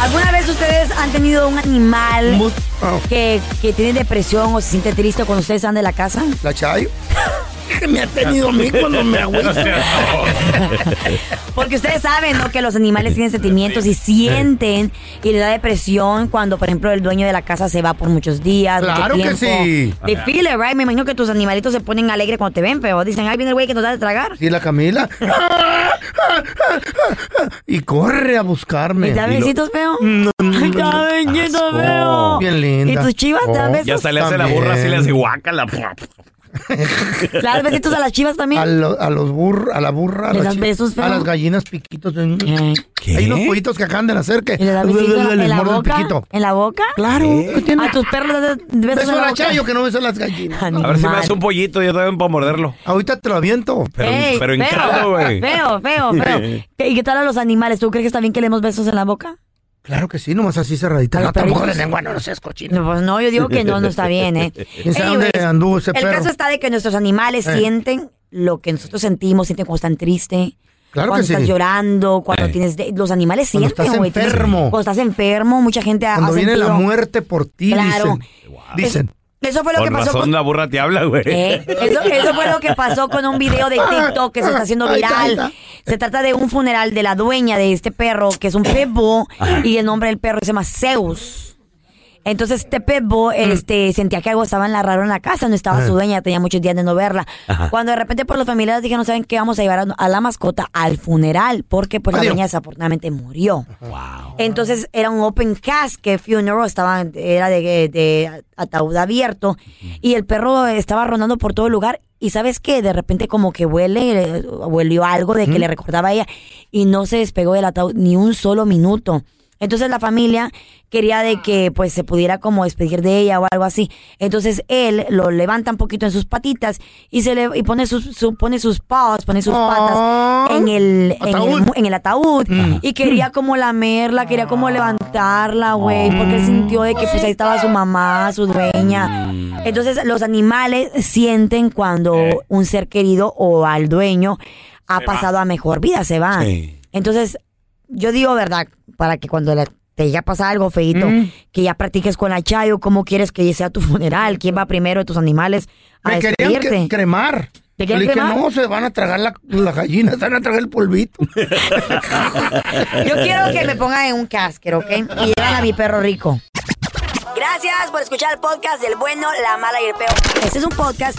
S3: ¿Alguna vez ustedes han tenido un animal
S2: oh.
S3: que, que tiene depresión o se siente triste cuando ustedes salen de la casa?
S2: La Chayo. me ha tenido a mí cuando me agüita.
S3: Porque ustedes saben, ¿no? Que los animales tienen sentimientos y sienten y les da depresión cuando, por ejemplo, el dueño de la casa se va por muchos días. mucho
S2: Claro que
S3: tiempo.
S2: sí.
S3: They feel it, right? Me imagino que tus animalitos se ponen alegres cuando te ven, pero dicen, ay, viene el güey que nos da de tragar.
S2: Sí, la Camila. Y corre a buscarme.
S3: ¿Y te da
S2: lo-
S3: besitos, feo? Ay, te da besitos,
S2: Asco.
S3: feo.
S2: Bien linda.
S3: ¿Y tus chivas te dan
S2: Oh.
S3: besos?
S2: Ya
S1: Hasta le hace la
S2: También.
S1: burra, así le hace guácala.
S3: ¿Le das besitos a las chivas también?
S2: A, lo- a los burros, a la burra, a,
S3: ¿Le
S2: las
S3: das
S2: chi-
S3: besos, feo?
S2: a las gallinas piquitos. Mm.
S1: ¿Qué?
S2: Hay unos pollitos que acaban de nacer que
S3: ¿Le das besitos en la- en
S2: les
S3: la
S2: muerde el
S3: boca?
S2: piquito.
S3: ¿En la boca?
S2: Claro.
S3: A tus perros les das besos
S2: Beso
S3: en
S2: a
S3: la
S2: la
S3: boca.
S2: Chayo que no beso a las gallinas.
S1: A ver si me hace un pollito, yo también puedo morderlo.
S2: Ahorita te lo aviento.
S1: Pero,
S3: Ey,
S1: pero en
S3: feo,
S1: caldo, güey.
S3: Feo, feo, feo. ¿Qué- ¿Y qué tal a los animales? ¿Tú crees que también que le damos besos en la boca?
S2: Claro que sí, nomás así cerradita. No, tampoco la lengua, no, no seas cochino.
S3: No, pues no, yo digo que no, no está bien, ¿eh?
S2: ¿Quién sabe
S3: Anyways,
S2: dónde anduvo ese
S3: el
S2: perro?
S3: caso está de que nuestros animales
S2: Eh.
S3: sienten lo que nosotros sentimos, sienten cuando están tristes.
S2: Claro
S3: cuando
S2: que sí.
S3: estás llorando, cuando
S2: Eh.
S3: tienes... de- los animales
S2: Cuando
S3: sienten,
S2: estás
S3: güey, tienes-
S2: enfermo.
S3: Cuando estás enfermo, mucha gente ha,
S2: Cuando
S3: ha
S2: viene la
S3: Ah, sentido-
S2: muerte por ti,
S3: Claro.
S2: dicen. Dicen.
S3: Eso fue lo que
S1: Con
S3: pasó
S1: razón
S3: con...
S1: la burra te habla, güey.
S3: ¿Eh? Eso, eso fue lo que pasó con un video de TikTok que se está haciendo
S2: Ahí está, ahí
S3: viral. Se trata de un funeral de la dueña de este perro, que es un pitbull, y el nombre del perro se llama Zeus. Entonces este pitbull este, sentía que algo estaba en la raro en la casa, no estaba
S20: Mm. Ajá.
S3: su dueña, tenía muchos días de no verla.
S20: Ajá.
S3: Cuando de repente por los familiares dijeron, ¿saben qué? Vamos a llevar a, a la mascota al funeral, porque pues la
S20: Adiós.
S3: dueña desafortunadamente murió. Entonces era un open casket funeral, estaba, era de, de ataúd abierto y el perro estaba rondando por todo el lugar y sabes qué, de repente como que huele, eh, huelió algo de que
S20: ¿Mm?
S3: le recordaba a ella y no se despegó del ataúd ni un solo minuto. Entonces la familia quería de que pues se pudiera como despedir de ella o algo así. Entonces él lo levanta un poquito en sus patitas y se le y pone sus su- pone sus paws, pone sus patas en el en el
S20: Ataúd.
S3: mu- en el ataúd
S20: Mm.
S3: y quería como lamerla, quería como levantarla, güey, porque él sintió de que pues ahí estaba su mamá, su dueña. Entonces los animales sienten cuando un ser querido o al dueño ha
S20: Se va.
S3: pasado a mejor vida, se va.
S20: Sí.
S3: Entonces yo digo verdad, para que cuando la- te llegue a pasar algo feito,
S20: Mm.
S3: que ya practiques con la Chayo, cómo quieres que sea tu funeral, quién va primero de tus animales a
S2: Me querían
S3: despedirte.
S2: que- cremar.
S3: ¿Te
S2: Yo
S3: querían
S2: le dije,
S3: cremar?
S2: no, se van a tragar la, la gallina, se van a tragar el polvito.
S3: Yo quiero que me pongan en un casquer, ¿ok? Y llevan a mi perro rico. Gracias por escuchar el podcast del bueno, la mala y el peor. Este es un podcast